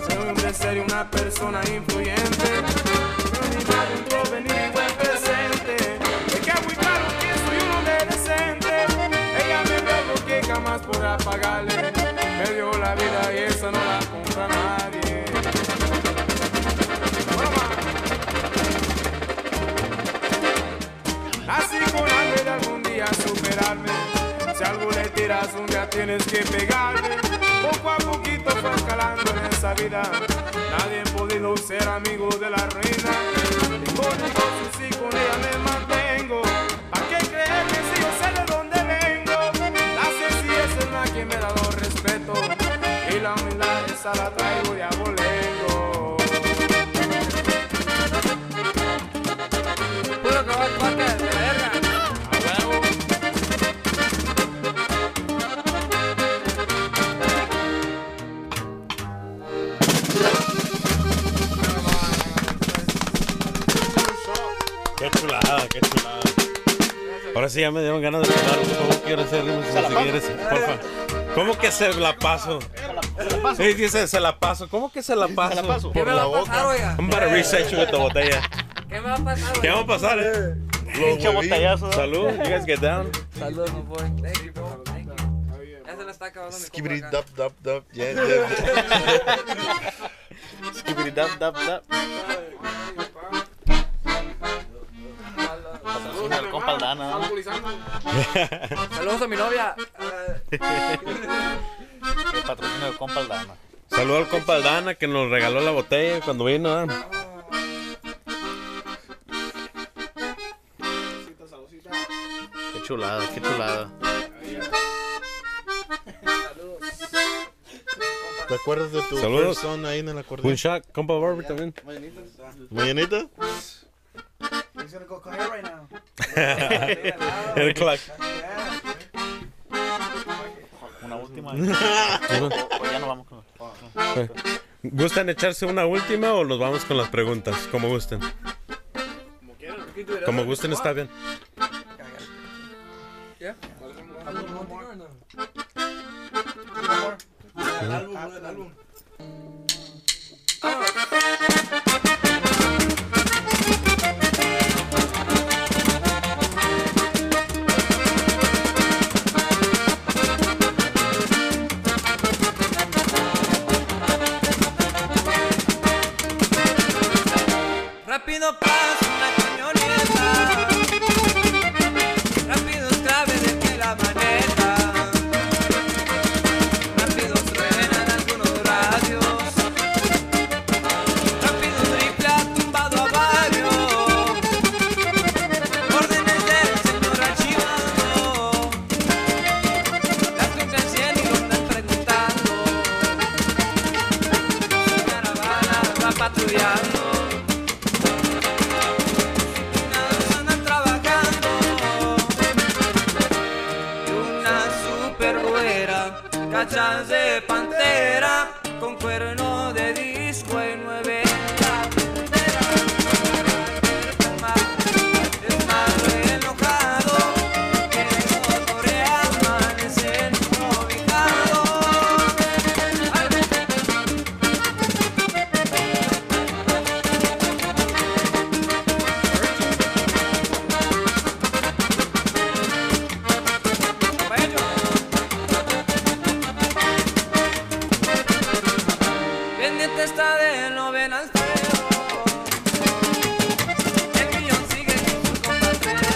S5: Soy un hombre serio, una persona influyente Pero mi madre entró, venir y fue presente Me queda muy claro que soy un hombre decente Ella me dio lo que jamás podrá pagarle Me dio la vida y esa no la compra nadie Broma. Así con hambre de algún día superarme. Si algo le tiras un día tienes que pegarme. Poco a poquito fue escalando en esa vida. Nadie ha podido ser amigo de la ruina. Y con negocios y con ella me mantengo. ¿Para qué creer que si yo sé de dónde vengo? La sencillez es la que me ha dado respeto. Y la humildad esa la traigo de abolengo.
S3: Puro grabar podcast, de la verga.
S8: Qué chulada, qué chulada. Ahora sí ya me dieron ganas de cantar. ¿Cómo quiero hacer ritmos si quieres? Porfa. ¿Cómo que se la paso? Sí, dice se la paso. ¿Cómo que se la paso?
S3: ¿Qué me va a pasar, oiga?
S8: I'm about to reset you with the botella.
S3: ¿Qué me va a pasar,
S8: ¿Qué
S3: oiga?
S8: vamos a pasar, eh?
S7: Pinche botellazo.
S8: Salud, you guys get down.
S3: Saludos, my boy. Thank you, bro. Thank you. Ya se la está acabando mi
S10: Skibidi
S3: copa acá.
S10: dap dap dap. Yeah, yeah, yeah.
S7: Skibidi dap, dap, dap. Patrocina al compa Aldana, ¿no?
S3: Saludos a mi novia. Ah,
S7: Patrocina al compa Aldana.
S8: Salud al compa Aldana que nos regaló la botella cuando vino. ¿eh?
S7: Qué chulada, qué chulada.
S10: ¿Te acuerdas de tu
S8: Saludos.
S10: persona ahí en el
S8: Un
S10: acordeón?
S8: shot, compa Barbie también.
S10: ¿Mañanita?
S11: He's gonna go clear right now.
S8: El clack.
S7: Una última. O- o ya no vamos con.
S8: ¿Gustan echarse una última o nos vamos con las preguntas? Como gusten.
S5: Como quieran,
S3: can do it
S8: Como
S3: other if
S8: gusten
S3: you
S8: está
S3: want.
S8: bien.
S3: Yeah. A little more or no?
S6: Rápido paso una camioneta. Rápidos claves de la maneta. Rápidos truenan algunos radios. Rápido tripla tumbado a varios. Órdenes del señor archivando. Las contra el cielo y lo están preguntando. Su caravana va patrullando. andan trabajando y una super güera, cachas de pantera con cuerno de disco en nueve la puntera. Es más enojado que los coreanos amanecen ubicados. Pendiente está de novenas feo. El guión sigue con su compatriota.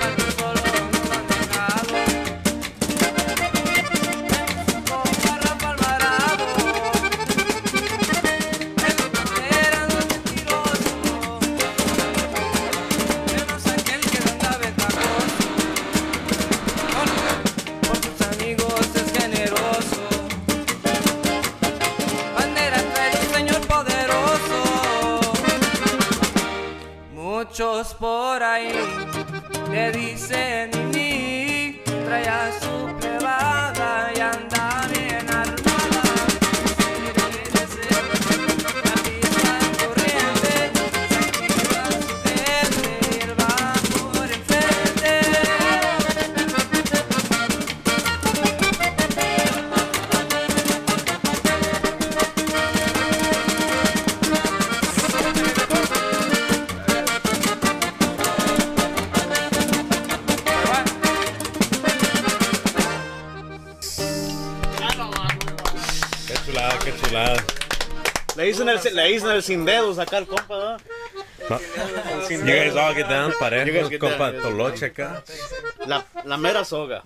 S6: Falta solo nos han dejado. Con Rafa Alvarado. En los papeles los mentirosos. Menos aquel que anda ventajoso. Con sus amigos es generoso. Bandera trae un señor poderoso. Muchos por ahí le dicen ni trae a su plebada y anda bien armada. La pista corriente, se activa su gente, él va por el frente.
S8: Qué chulada, qué chulada.
S7: Le dicen el, le dicen el sin dedos acá al compa, ¿no?
S8: No.
S7: El sin
S8: You
S7: dedos.
S8: guys all get down
S7: You guys
S8: parejos,
S7: get
S8: compa
S7: down.
S8: Toloche acá.
S7: La, la mera soga.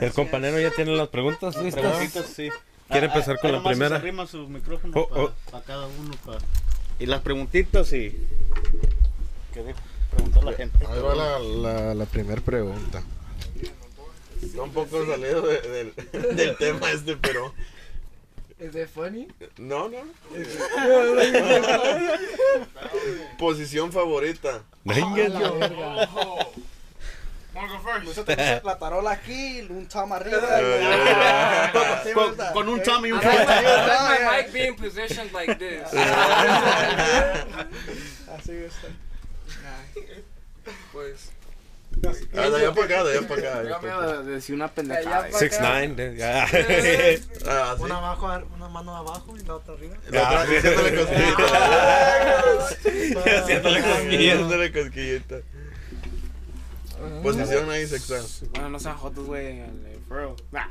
S8: El compañero ya tiene las preguntas listas.
S7: Preguntitas, sí.
S8: ¿Quiere
S7: Ah,
S8: empezar
S7: ah,
S8: con la
S7: nomás
S8: primera?
S7: se arrima su micrófono
S8: Oh,
S7: para
S8: oh.
S7: cada uno. pa- Y las preguntitas y... ¿Qué dijo? Preguntó la gente.
S10: Ahí va la, la, la primera pregunta. Está un poco salido de- del, del tema este, pero.
S3: Is it funny?
S10: No, no. Posición favorita.
S8: Venga, yo.
S1: Nosotros la tarola aquí, un tom arriba. Sí,
S7: Eh, Con,
S1: ¿verdad? Eh,
S7: con un Tommy y un
S3: I like my,
S7: fuerte.
S3: I like my mic being positioned like this.
S7: Eh,
S1: Así está.
S3: pues,
S10: Ah, de allá para acá, de allá para acá. de
S9: Yo
S10: allá
S9: me
S10: para acá.
S9: iba a decir una pendejada.
S3: Allá
S8: Six nine. ya.
S10: Ah, sí.
S4: Una, abajo, una mano abajo y la otra arriba.
S10: La otra,
S8: Ah.
S10: haciéndole cosquillita.
S8: Haciéndole cosquillita.
S10: Haciéndole cosquillita. Posición ahí sexual.
S9: Bueno, no sean jotos, güey. eh, Bro. Nah.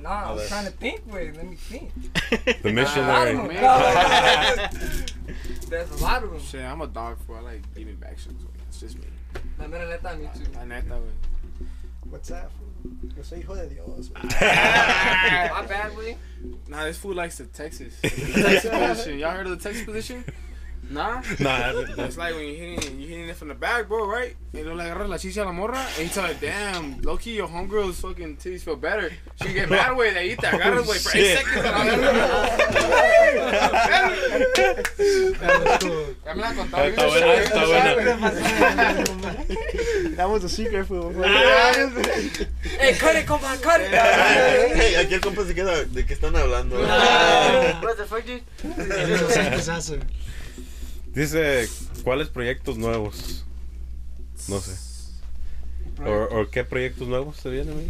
S3: nah, I was trying to think, wait, let me think.
S8: The
S3: I don't
S8: missionary.
S3: know. There's a lot of them.
S9: Shit, I'm a dog, bro. I like giving back shots, güey. It's just me.
S3: La mera neta, me too.
S9: La neta, güey.
S1: What's that? fool? Yo soy hijo de Dios.
S3: My bad, way.
S9: Nah, this fool likes the Texas. The Texas position. Y'all heard of the Texas position? Nah.
S8: Nah,
S9: It's like when you're hitting, you're hitting it from the back, bro, right? And then like agarras la chicha a la morra, and you tell her, damn, low key, your homegirl's fucking titties feel better. She get mad way, they eat that. Agarras,
S8: Oh,
S9: like, for
S8: shit.
S9: eight seconds, and I'm like, Ya me la contaba.
S8: Está buena, está buena.
S1: That was a secret, fool.
S8: Ah,
S3: Hey, cut it, compa, cut it.
S10: Hey, aquí el compa se queda. ¿De qué están hablando?
S2: What the fuck, dude?
S8: Dice, ¿cuáles proyectos nuevos? No sé. ¿O o qué proyectos nuevos se vienen? amigo?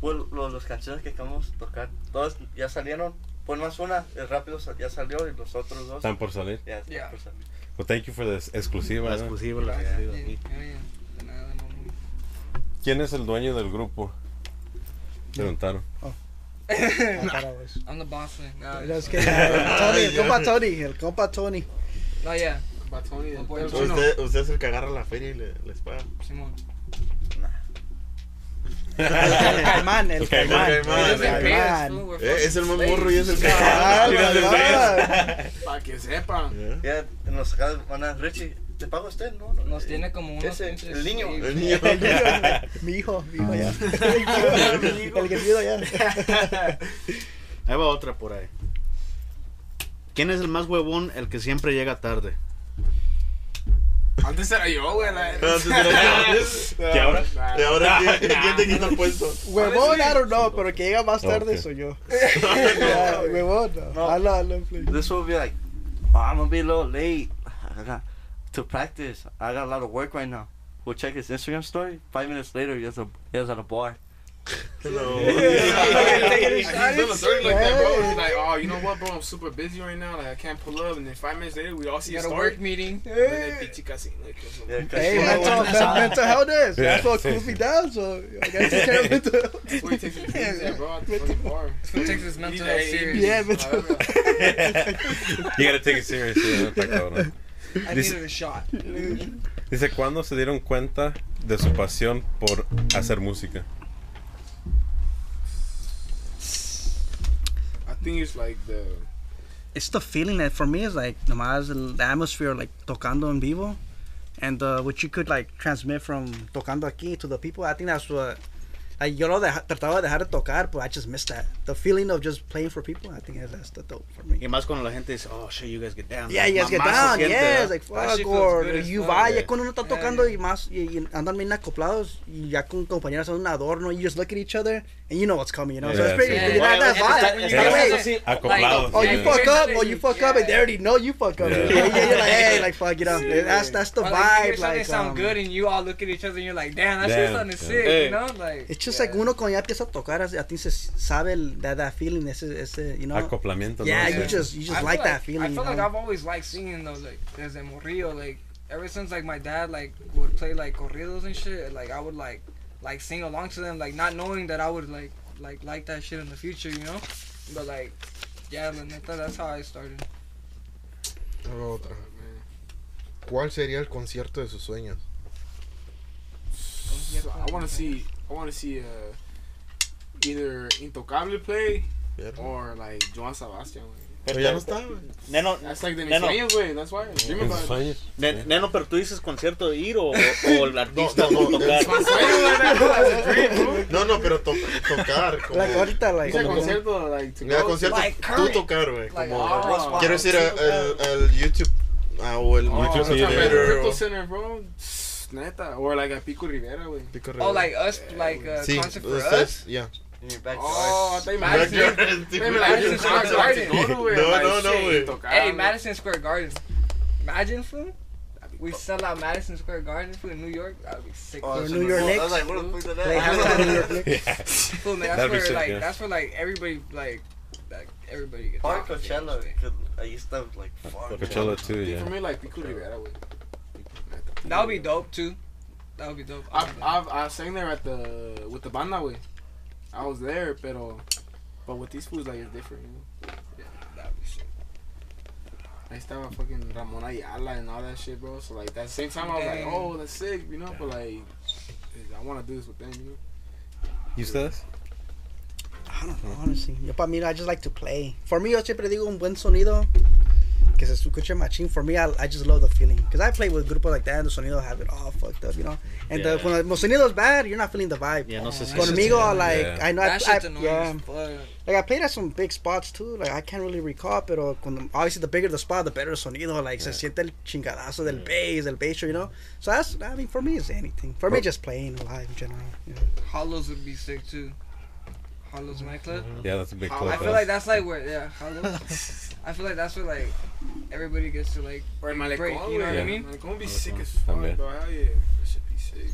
S2: Bueno, Pues, lo- los canciones que acabamos de tocar, todas ya salieron. Pon más una, el rápido sa- ya salió y los otros dos.
S8: Están por salir.
S2: Ya, están
S3: Ya.
S2: por salir.
S8: Well, thank you for this exclusiva.
S7: La
S8: ¿no?
S7: exclusiva, la exclusiva. sí.
S8: ¿Quién es el dueño del grupo? Preguntaron.
S1: Oh.
S3: I'm the boss man. No,
S1: Just kidding. Tony, el compa Tony, el compa Tony.
S3: no, yeah.
S9: Batoni del
S3: Pues,
S9: pelo.
S10: Usted, usted es el que agarra la feria y le, les paga.
S3: Simón.
S1: El caimán, el
S8: El caimán.
S1: caimán. El
S10: El caimán.
S1: caimán.
S10: Eh, es el más morro y es el que
S1: Ah,
S10: agarra.
S1: la verdad.
S9: Para que sepan.
S10: Ya.
S2: Ya nos acaba van a Richie, ¿te paga usted? No, no.
S3: Nos tiene como unos
S2: Ese,
S3: pinches- Ah,
S2: el niño.
S10: El niño.
S1: El niño, Mi hijo, mi hijo ya. El que pido ya.
S7: Ahí va otra por ahí. ¿Quién es el más huevón, el que siempre llega tarde?
S9: Antes era yo, güey. la-
S10: Antes era yo.
S8: ¿Y ahora?
S9: Nah.
S10: Y ahora, ¿quién, quién te quita el puesto?
S1: Huevón, I don't know, pero que llega más tarde
S8: Ok.
S1: soy yo. Ya, Huevón, no.
S2: No.
S1: Hazlo, hazlo, please.
S2: This will be like, oh, I'm gonna be a little late. I got to practice. I got a lot of work right now. We'll check his Instagram story. Five minutes later, he was, a, he was at a bar.
S10: No.
S9: He's still a thirty like that, bro. He's like, oh, you know what, bro? I'm super busy right now. Like, I can't pull up. And then five minutes later, we all see
S3: You
S9: a
S3: got a
S9: story.
S3: work meeting.
S9: And then bitchy casi, like, or something.
S2: Yeah, 'cause
S1: Hey,
S2: he-
S1: mental, men- mental health is.
S8: Yeah,
S1: That's what
S8: sí,
S1: cooled me
S8: sí.
S1: down, so I gotta take care of mental health.
S9: That's where he takes his beats at, bro. At the fucking bar.
S3: Who takes this mental health serious?
S1: Yeah, mental
S8: You gotta take it seriously. ¿no? Está cabrón.
S3: I
S8: This- Oh,
S3: needed a shot.
S8: Dice, ¿cuándo se dieron cuenta de su pasión por hacer música?
S9: I think it's like the.
S1: it's the feeling that for me is like nomás the atmosphere like tocando en vivo and uh, what you could like transmit from tocando aquí to the people I think that's what like yo lo deja, trataba de dejar de tocar but I just missed that the feeling of just playing for people I think that's, that's the dope for
S7: Y
S1: me
S7: más cuando la gente dice, oh shit, you guys get down.
S1: yeah you guys get
S7: Mamá
S1: down
S7: se siente,
S1: yes
S7: ¿verdad? Ah,
S1: like
S3: That shit
S1: fuck
S3: feels
S1: or
S3: good as
S1: you
S3: fuck,
S1: va
S7: yeah.
S1: ya cuando uno está
S3: Yeah,
S1: tocando
S3: yeah.
S1: y más y, y andan bien acoplados y ya con compañeros son un adorno you just look at each other and you know what's coming you know so
S8: Yeah,
S1: it's pretty
S8: sí.
S1: pretty- that- that's
S3: Yeah,
S1: vibe
S3: yeah,
S1: That
S8: yeah.
S1: way-
S3: Eso sí,
S8: Acoplados.
S1: Oh,
S3: Yeah,
S1: you
S3: you
S1: fuck
S3: hear
S1: up,
S3: something,
S1: or you
S3: you-
S1: fuck up, and they
S3: yeah.
S1: already know you fuck up.
S8: Yeah.
S1: Yeah, yeah, you're like, hey, like fuck it up. That's that's the
S3: Or, Like, you
S1: vibe.
S3: hear something
S1: Like,
S3: sound
S1: um,
S3: good, and you all look at each other, and you're like, "Damn, that shit
S8: Damn,
S3: sounded
S8: yeah.
S3: sick,"
S9: Hey.
S3: you know? Like,
S1: it's just
S3: yeah.
S1: like uno cuando ya empieza a tocar, a ti se sabe el, that that feeling, ese ese, you know.
S8: Acoplamiento.
S1: yeah,
S8: ¿no?
S1: you
S8: Sí.
S1: just you just
S3: I feel
S1: like, that
S3: I
S1: feeling.
S3: feel
S1: you
S3: like
S1: know?
S3: I've always liked singing though, like desde morrillo, like ever since like my dad like would play like corridos and shit, like I would like like sing along to them, like not knowing that I would like like like that shit in the future, you know? But like, yeah, la neta, that's how I started.
S10: ¿Cuál sería el concierto de sus sueños?
S9: So I want to see. I want to see uh, either Intocable play or like Joan Sebastian. Like.
S10: Pero Oh, ya no está, güey.
S7: Neno,
S9: That's like the
S7: Neno,
S9: sueños, güey. That's why. Dream
S8: En
S9: about
S8: sus
S9: it.
S8: sueños.
S7: Ne- Neno, pero tú dices concierto de ir o, o- o el artista
S10: No, no,
S7: por
S10: no,
S7: tocar.
S9: My sueño, güey. That's a dream, bro.
S10: No, no, pero to- tocar. Como,
S1: Like ahorita, like.
S9: Dice
S1: como-
S9: concierto, like to
S10: Ya,
S9: go.
S10: concierto,
S3: Like
S10: tú
S3: current.
S10: tocar, güey.
S3: Like,
S10: como-
S3: oh,
S9: Ross
S10: Quiero decir, el, el YouTube. Ah, o el
S9: Oh,
S8: Mucho
S9: that's
S10: YouTube
S9: a
S8: sí, pero-
S9: better
S10: Theater.
S9: Crypto
S10: o-
S9: Center, bro. Neta. Or like a Pico Rivera, güey.
S10: Pico
S3: Oh,
S10: Rivera.
S3: like us, like uh,
S10: Sí,
S3: concert for us.
S10: ustedes, ya.
S2: in your backyard.
S9: Oh, I thought you meant
S10: Back
S9: Madison.
S10: there,
S9: I thought you meant like
S3: Madison Square
S9: Madison Square
S3: Garden.
S9: Garden.
S10: No,
S9: Like,
S10: no, no,
S9: shit,
S10: güey.
S9: Intocable.
S3: Hey, Madison Square Garden. Imagine food. We sell out Madison Square Garden food in New York. That would be sick.
S2: Oh,
S1: Or
S2: so
S1: New
S2: the-
S1: York
S2: I
S1: Knicks.
S2: was like, what the fuck did that
S1: like,
S2: happen?
S1: halftime in your-
S3: Fool, man,
S8: That'd
S3: that's
S8: be
S3: where
S8: sick,
S3: like
S8: yeah.
S3: that's where like everybody like like everybody gets.
S2: Or
S3: off.
S2: Coachella. 'cause I used to like fuck.
S8: Coachella too, yeah.
S9: For me, like Pico Rivera, güey. Neta.
S3: That would be dope too. That would be dope.
S9: I've, I've, I sang there at the with the banda way. I was there, pero but with these foods like it's different, you know.
S3: That would be sick.
S9: I estaba fucking Ramon Ayala and all that shit, bro. So like that same time I was like,
S3: Dang.
S9: oh, that's sick, you know. But like, I want to do this with them, you know.
S8: ¿Y ustedes?
S1: I don't know, honestly. Yo para mí, I just like to play. For me, yo siempre digo un buen sonido que se escuche machín. For me, I, I just love the feeling. Because I play with grupos like that and the sonido have it all fucked up, you know? And the,
S7: Yeah.
S1: when the sonido's bad, you're not feeling the vibe.
S7: Ya no sé si
S1: Conmigo, like,
S8: Yeah.
S1: I know, I,
S3: That
S1: I,
S3: shit's annoying
S1: yeah.
S3: as fuck.
S1: Like, Like I played at some big spots too. Like I can't really recall, pero cuando, obviously the bigger the spot, the better el sonido. Like se siente el chingadazo del bass, del bass, you know. So that's I mean for me it's anything. For me just playing live in general. You know?
S3: Hollows would be sick too. Hollows nightclub.
S8: Yeah, that's a big
S3: I
S8: clip.
S3: feel like that's like where yeah. Hollows. I feel like that's where like everybody gets to like
S9: Or
S3: Break,
S9: Malecón,
S3: you know
S9: güey.
S3: what I
S8: Yeah.
S3: mean?
S9: Malecón would be sick as fuck,
S8: También.
S9: bro. Hell yeah. That should be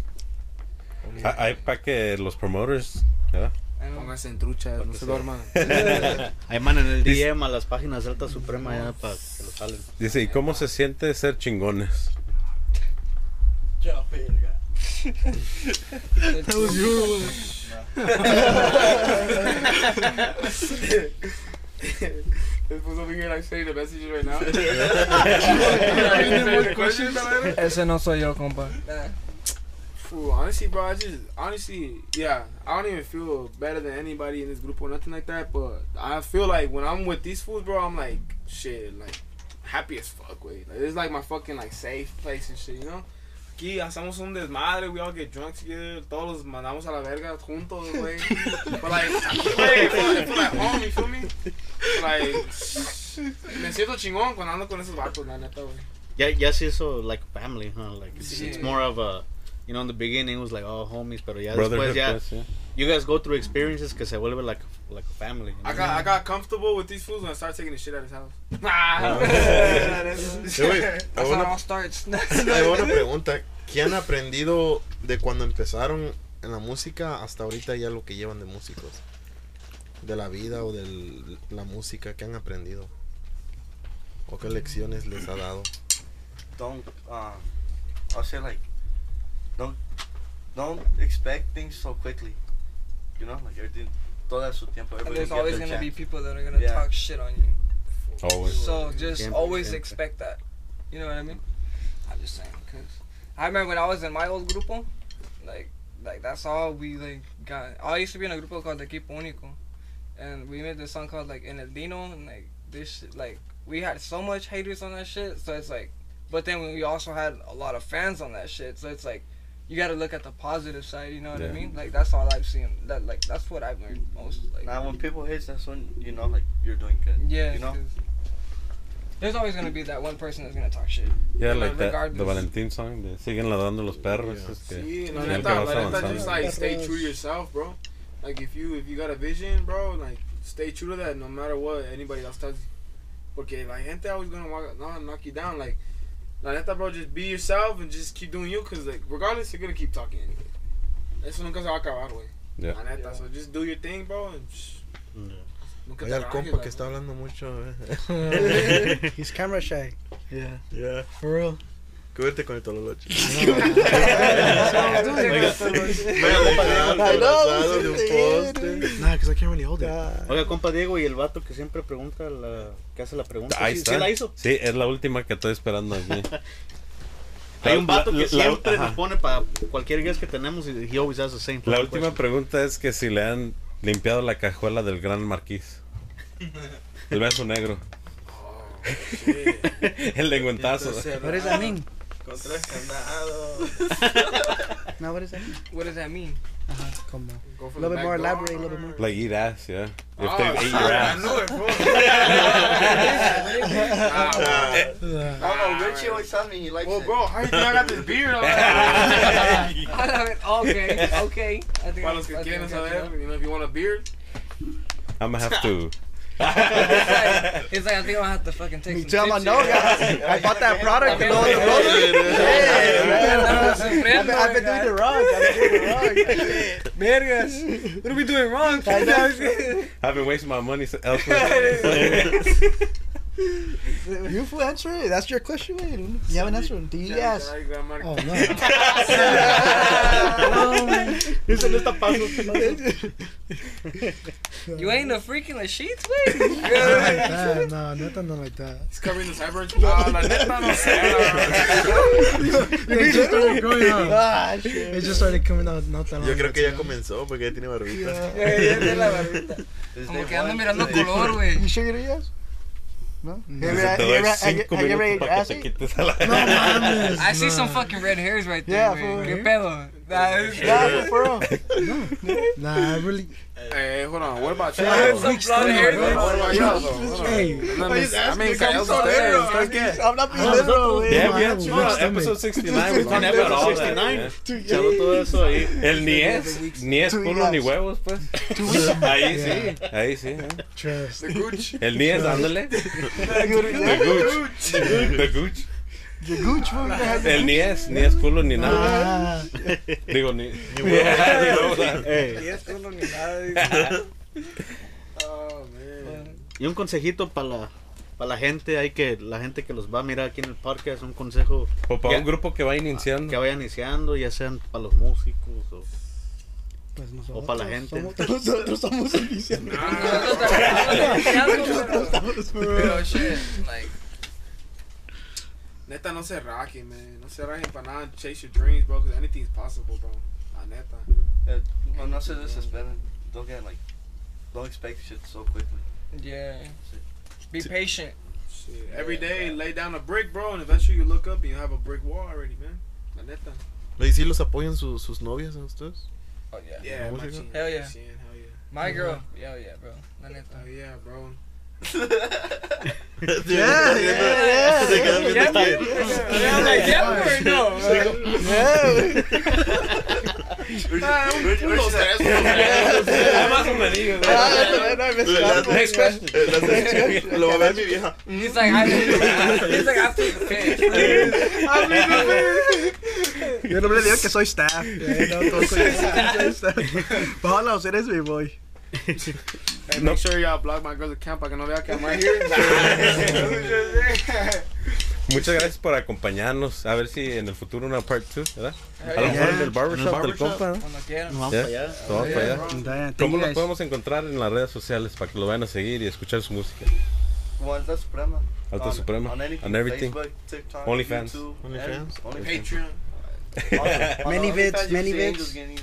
S9: sick.
S8: Ah, Hay para que los promoters. ¿verdad?
S3: I know.
S9: Pónganse en truchas, no se duerman.
S7: Ahí mandan el DM a las páginas de Alta Suprema ya para que lo salen.
S8: Dice, ¿y cómo se siente ser chingones?
S9: This fool's over here like sending the message right now. Any more questions, Alana?
S3: Ese no soy yo, compa.
S9: Fool, honestly, bro, I just honestly, yeah, I don't even feel better than anybody in this group or nothing like that. But I feel like when I'm with these fools, bro, I'm like shit, like happy as fuck, wait. Like, this is like my fucking like safe place and shit, you know. Aquí hacemos un desmadre, we all get drunk together, todos los mandamos a la verga juntos, güey. But like, güey, I feel like home, you feel me? Like, me siento chingón cuando ando con esos vatos, la neta, güey.
S7: Ya, ya se hizo like a family, huh? Like it's, it's
S9: Sí.
S7: more of a, you know, in the beginning it was like all homies, pero ya después
S8: Brotherhood,
S7: ya,
S8: pues, yeah.
S7: you guys go through experiences que se vuelve like like a family. you
S9: I
S7: know?
S9: got I got comfortable with these fools when I started taking the shit out of his house.
S10: Eh, güey, a
S3: That's how it
S10: una-
S3: all starts.
S10: Hay una pregunta. ¿Qué han aprendido de cuando empezaron en la música hasta ahorita ya lo que llevan de músicos? De la vida o de la música, ¿qué han aprendido? ¿O qué lecciones les ha dado?
S2: don't um I'll say like don't don't expect things so quickly. You know, like everything todo a su tiempo.
S3: And
S2: everybody
S3: there's
S2: get
S3: always
S2: their
S3: gonna be
S2: chance.
S3: people that are gonna
S2: Yeah.
S3: talk shit on you.
S8: Always.
S3: So just
S7: Siempre,
S3: always
S7: siempre.
S3: expect that. You know what I mean? I'm just saying, cause I remember when I was in my old grupo, like like that's all we like got. I used to be in a grupo called Equipo Único, and we made this song called like En el Dino, and like this shit, like we had so much haters on that shit. So it's like, but then we also had a lot of fans on that shit. So it's like. You gotta look at the positive side, you know what I
S8: Yeah.
S3: mean? Like that's all I've seen. That like that's what I've learned most. Like
S2: Now when people hate that's when you know like you're doing good.
S3: yeah,
S2: You know?
S3: 'cause There's always gonna be that one person that's gonna talk shit.
S8: Yeah,
S3: But
S8: like that, the
S3: regardless-
S8: Valentín song. De, siguen ladrando los perros. Es que,
S9: See, la
S8: creen que
S9: neta,
S8: vas
S9: la neta,
S8: avanzando.
S9: just like stay true to yourself, bro. Like if you if you got a vision, bro, like stay true to that no matter what anybody else tells you. Porque la gente always gonna walk, no, knock you down. Like la neta, bro, just be yourself and just keep doing you, cause like regardless, you're gonna keep talking anyway. Eso nunca se va a acabar, güey.
S8: Yeah.
S9: La neta, so just do your thing, bro. And sh-
S7: Yeah.
S9: nunca
S10: Hay
S9: te
S10: al
S9: rajes,
S10: compa
S9: like,
S10: que está hablando mucho. eh.
S1: He's camera shy.
S4: Yeah,
S10: Ya.
S4: for real.
S10: Cúbrete con el tololoche.
S1: Ay, no,
S10: abrazado
S1: sí,
S10: de un
S1: sí.
S10: poste.
S4: Nah, because I can't really hold it.
S7: Oiga, compa Diego, y el vato que siempre pregunta, la, que hace la pregunta,
S8: Ahí
S7: ¿sí,
S8: está.
S7: sí la hizo?
S8: Sí, es la última que estoy esperando aquí.
S7: Hay un vato que
S8: La- la-
S7: siempre
S8: ajá.
S7: nos pone para cualquier guest que tenemos y pues, he always has the same
S8: La
S7: fucking
S8: última
S7: question.
S8: pregunta es que si le han limpiado la cajuela del gran marquís. El beso negro.
S7: Oh,
S8: El lengüentazo.
S1: What does
S3: Ah.
S1: that mean?
S9: Con tres candados.
S1: Now what does that mean? Uh-huh,
S3: What does that mean?
S1: Come on.
S9: Go for
S1: A little
S9: the
S1: bit more
S9: back door.
S1: elaborate, a little bit more.
S8: Like eat ass, yeah. If
S9: Oh,
S8: they ate your
S9: shit,
S8: ass.
S9: I knew it, bro. Ah,
S10: Ah,
S4: Uh,
S2: I don't know, Richie always tells me he likes
S9: Well,
S2: it.
S9: bro, how you think I got this beard on? Para
S3: I love it. Okay, okay. I think
S9: los que
S3: I think
S9: quieren
S3: I got you.
S9: saber, you know, if you want a beard,
S8: I'm gonna have to.
S3: It's like, it's like I think I'm gonna have to fucking take some
S1: Tell my
S3: tips
S1: no,
S3: here.
S1: guys. I bought that product and all the
S3: I've
S1: road.
S3: been-
S1: I've been, I've been doing it wrong. I've been doing it wrong.
S3: Vergas. What are we doing wrong?
S8: I've been wasting my money so- elsewhere.
S1: You full answer it. That's your question, man. You haven't answered. it. Do you ask?
S9: I got my-
S4: oh no.
S7: Eso no está paso.
S3: you ain't a freaking the sheets, wait.
S4: Not like that. No, nothing not like that.
S9: He's covering his eyebrows. Ah, la neta, no sé.
S4: It just started growing out.
S1: Ah, shit.
S4: It just started coming out not that long.
S10: Yo creo que
S4: ago.
S10: ya comenzó porque ya tiene barbita.
S2: Is
S3: Como
S2: they
S3: que ando
S2: want
S3: mirando
S2: to-
S3: color,
S1: You
S3: güey.
S1: sure you do yes? No? You ever-
S8: Te
S1: you
S8: doy
S1: ever-
S8: cinco
S1: have you ever
S8: minutos
S1: ate
S8: para que
S1: grass?
S8: te quites a la-
S4: No mames.
S3: I see
S4: nah.
S3: some fucking red hairs right
S1: Yeah,
S3: there,
S1: fool.
S3: güey. Qué pedo. That is
S4: Yeah, bro. Nah, I really.
S9: Hey, eh, hold on. What about you?
S4: Yeah, it's
S9: What
S4: a bloody hair,
S9: about y'all, though? Hold on.
S4: Hey,
S9: No, me- I mean,
S10: Estamos
S9: callados ustedes. ¿Ustedes qué?
S10: hablando primero, güey.
S8: Yeah,
S4: Wow,
S8: yeah,
S4: weak
S8: bro,
S4: stomach.
S8: episode 69. We can have
S10: Episode
S8: it all.
S10: 69.
S8: 69.
S7: Echado todo eso ahí.
S8: El ni es, ni es
S1: Two
S8: culo ni
S1: laps.
S8: huevos, pues. Ahí sí, ahí sí. ¿eh?
S4: Trust.
S8: El ni es dándole. The Gooch. The Gooch.
S1: The Gooch, bro.
S8: El ni es, ni es culo ni nada.
S4: Ah,
S8: Digo, ni.
S10: huevos.
S8: digo, o sea,
S7: Ey,
S9: Oh, man.
S7: Y un consejito para la, para la gente, hay que la gente que los va a mirar aquí en el podcast, un consejo
S8: O para un grupo que va
S7: que
S8: iniciando.
S7: vaya iniciando, ya sean para los músicos o
S1: Pues nosotros
S7: O para la gente.
S1: somos- nosotros somos iniciando.
S3: Real shit. Like,
S9: Neta, no se rajen, man. No se rajen para nada. Chase your dreams, bro, because anything's possible, bro. La neta.
S2: Uh, no, no se desesperen. Don't get like, don't expect shit so quickly.
S3: yeah. Be patient.
S9: Shit. Every day, lay down a brick, bro, and eventually you look up and you have a brick wall already, man. La neta.
S10: ¿Y si los apoyan sus, sus novias a ustedes?
S3: Oh, yeah.
S9: Yeah,
S10: What was
S9: machine,
S10: it?
S3: Hell yeah.
S9: machine, hell yeah.
S3: My girl. Yeah, yeah, bro. La neta.
S9: Hell yeah, bro.
S10: Yeah, yeah,
S7: Se quedan viendo
S3: Yeah,
S7: esta-
S3: Yeah, I'm like, yeah, or no?
S2: Where's- where's
S10: Los
S2: she at?
S10: tres, güey.
S8: Más o menos. Next question.
S10: Lo va a ver mi vieja.
S3: He's like, I he's like, I took the piss.
S1: Yo no le digo que soy staff. eh, no, no soy soy staff. Paola, usted es mi boy.
S9: Hey, make sure y'all block my girl's account para que no vea que I'm right here.
S8: Muchas gracias por acompañarnos. A ver si en el futuro una part 2, ¿verdad? A lo
S3: Yeah.
S8: mejor en el barbershop del compa, ¿no?
S3: Cuando quieran.
S7: Nos vamos
S8: Yeah.
S7: para allá.
S8: Todo para allá.
S1: Damn, thank
S8: ¿Cómo
S1: you
S8: lo
S1: guys.
S8: podemos encontrar en las redes sociales para que lo vayan a seguir y escuchar su música?
S2: Well, Alta Suprema.
S8: Alta
S2: on,
S8: Suprema,
S2: On, anything,
S8: on everything.
S2: Facebook, TikTok,
S8: OnlyFans.
S2: YouTube,
S10: OnlyFans.
S2: every- Only
S9: Patreon.
S2: Patreon.
S1: Many vids, many vids.
S2: OnlyFans,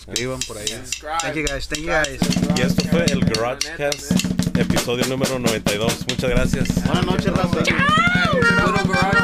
S7: Escriban por ahí.
S9: Subscribe.
S1: Thank you guys, thank you guys.
S8: Y esto fue el Garage Cast, episodio número 92. Muchas gracias.
S7: Buenas noches, Rafa.
S9: Little garage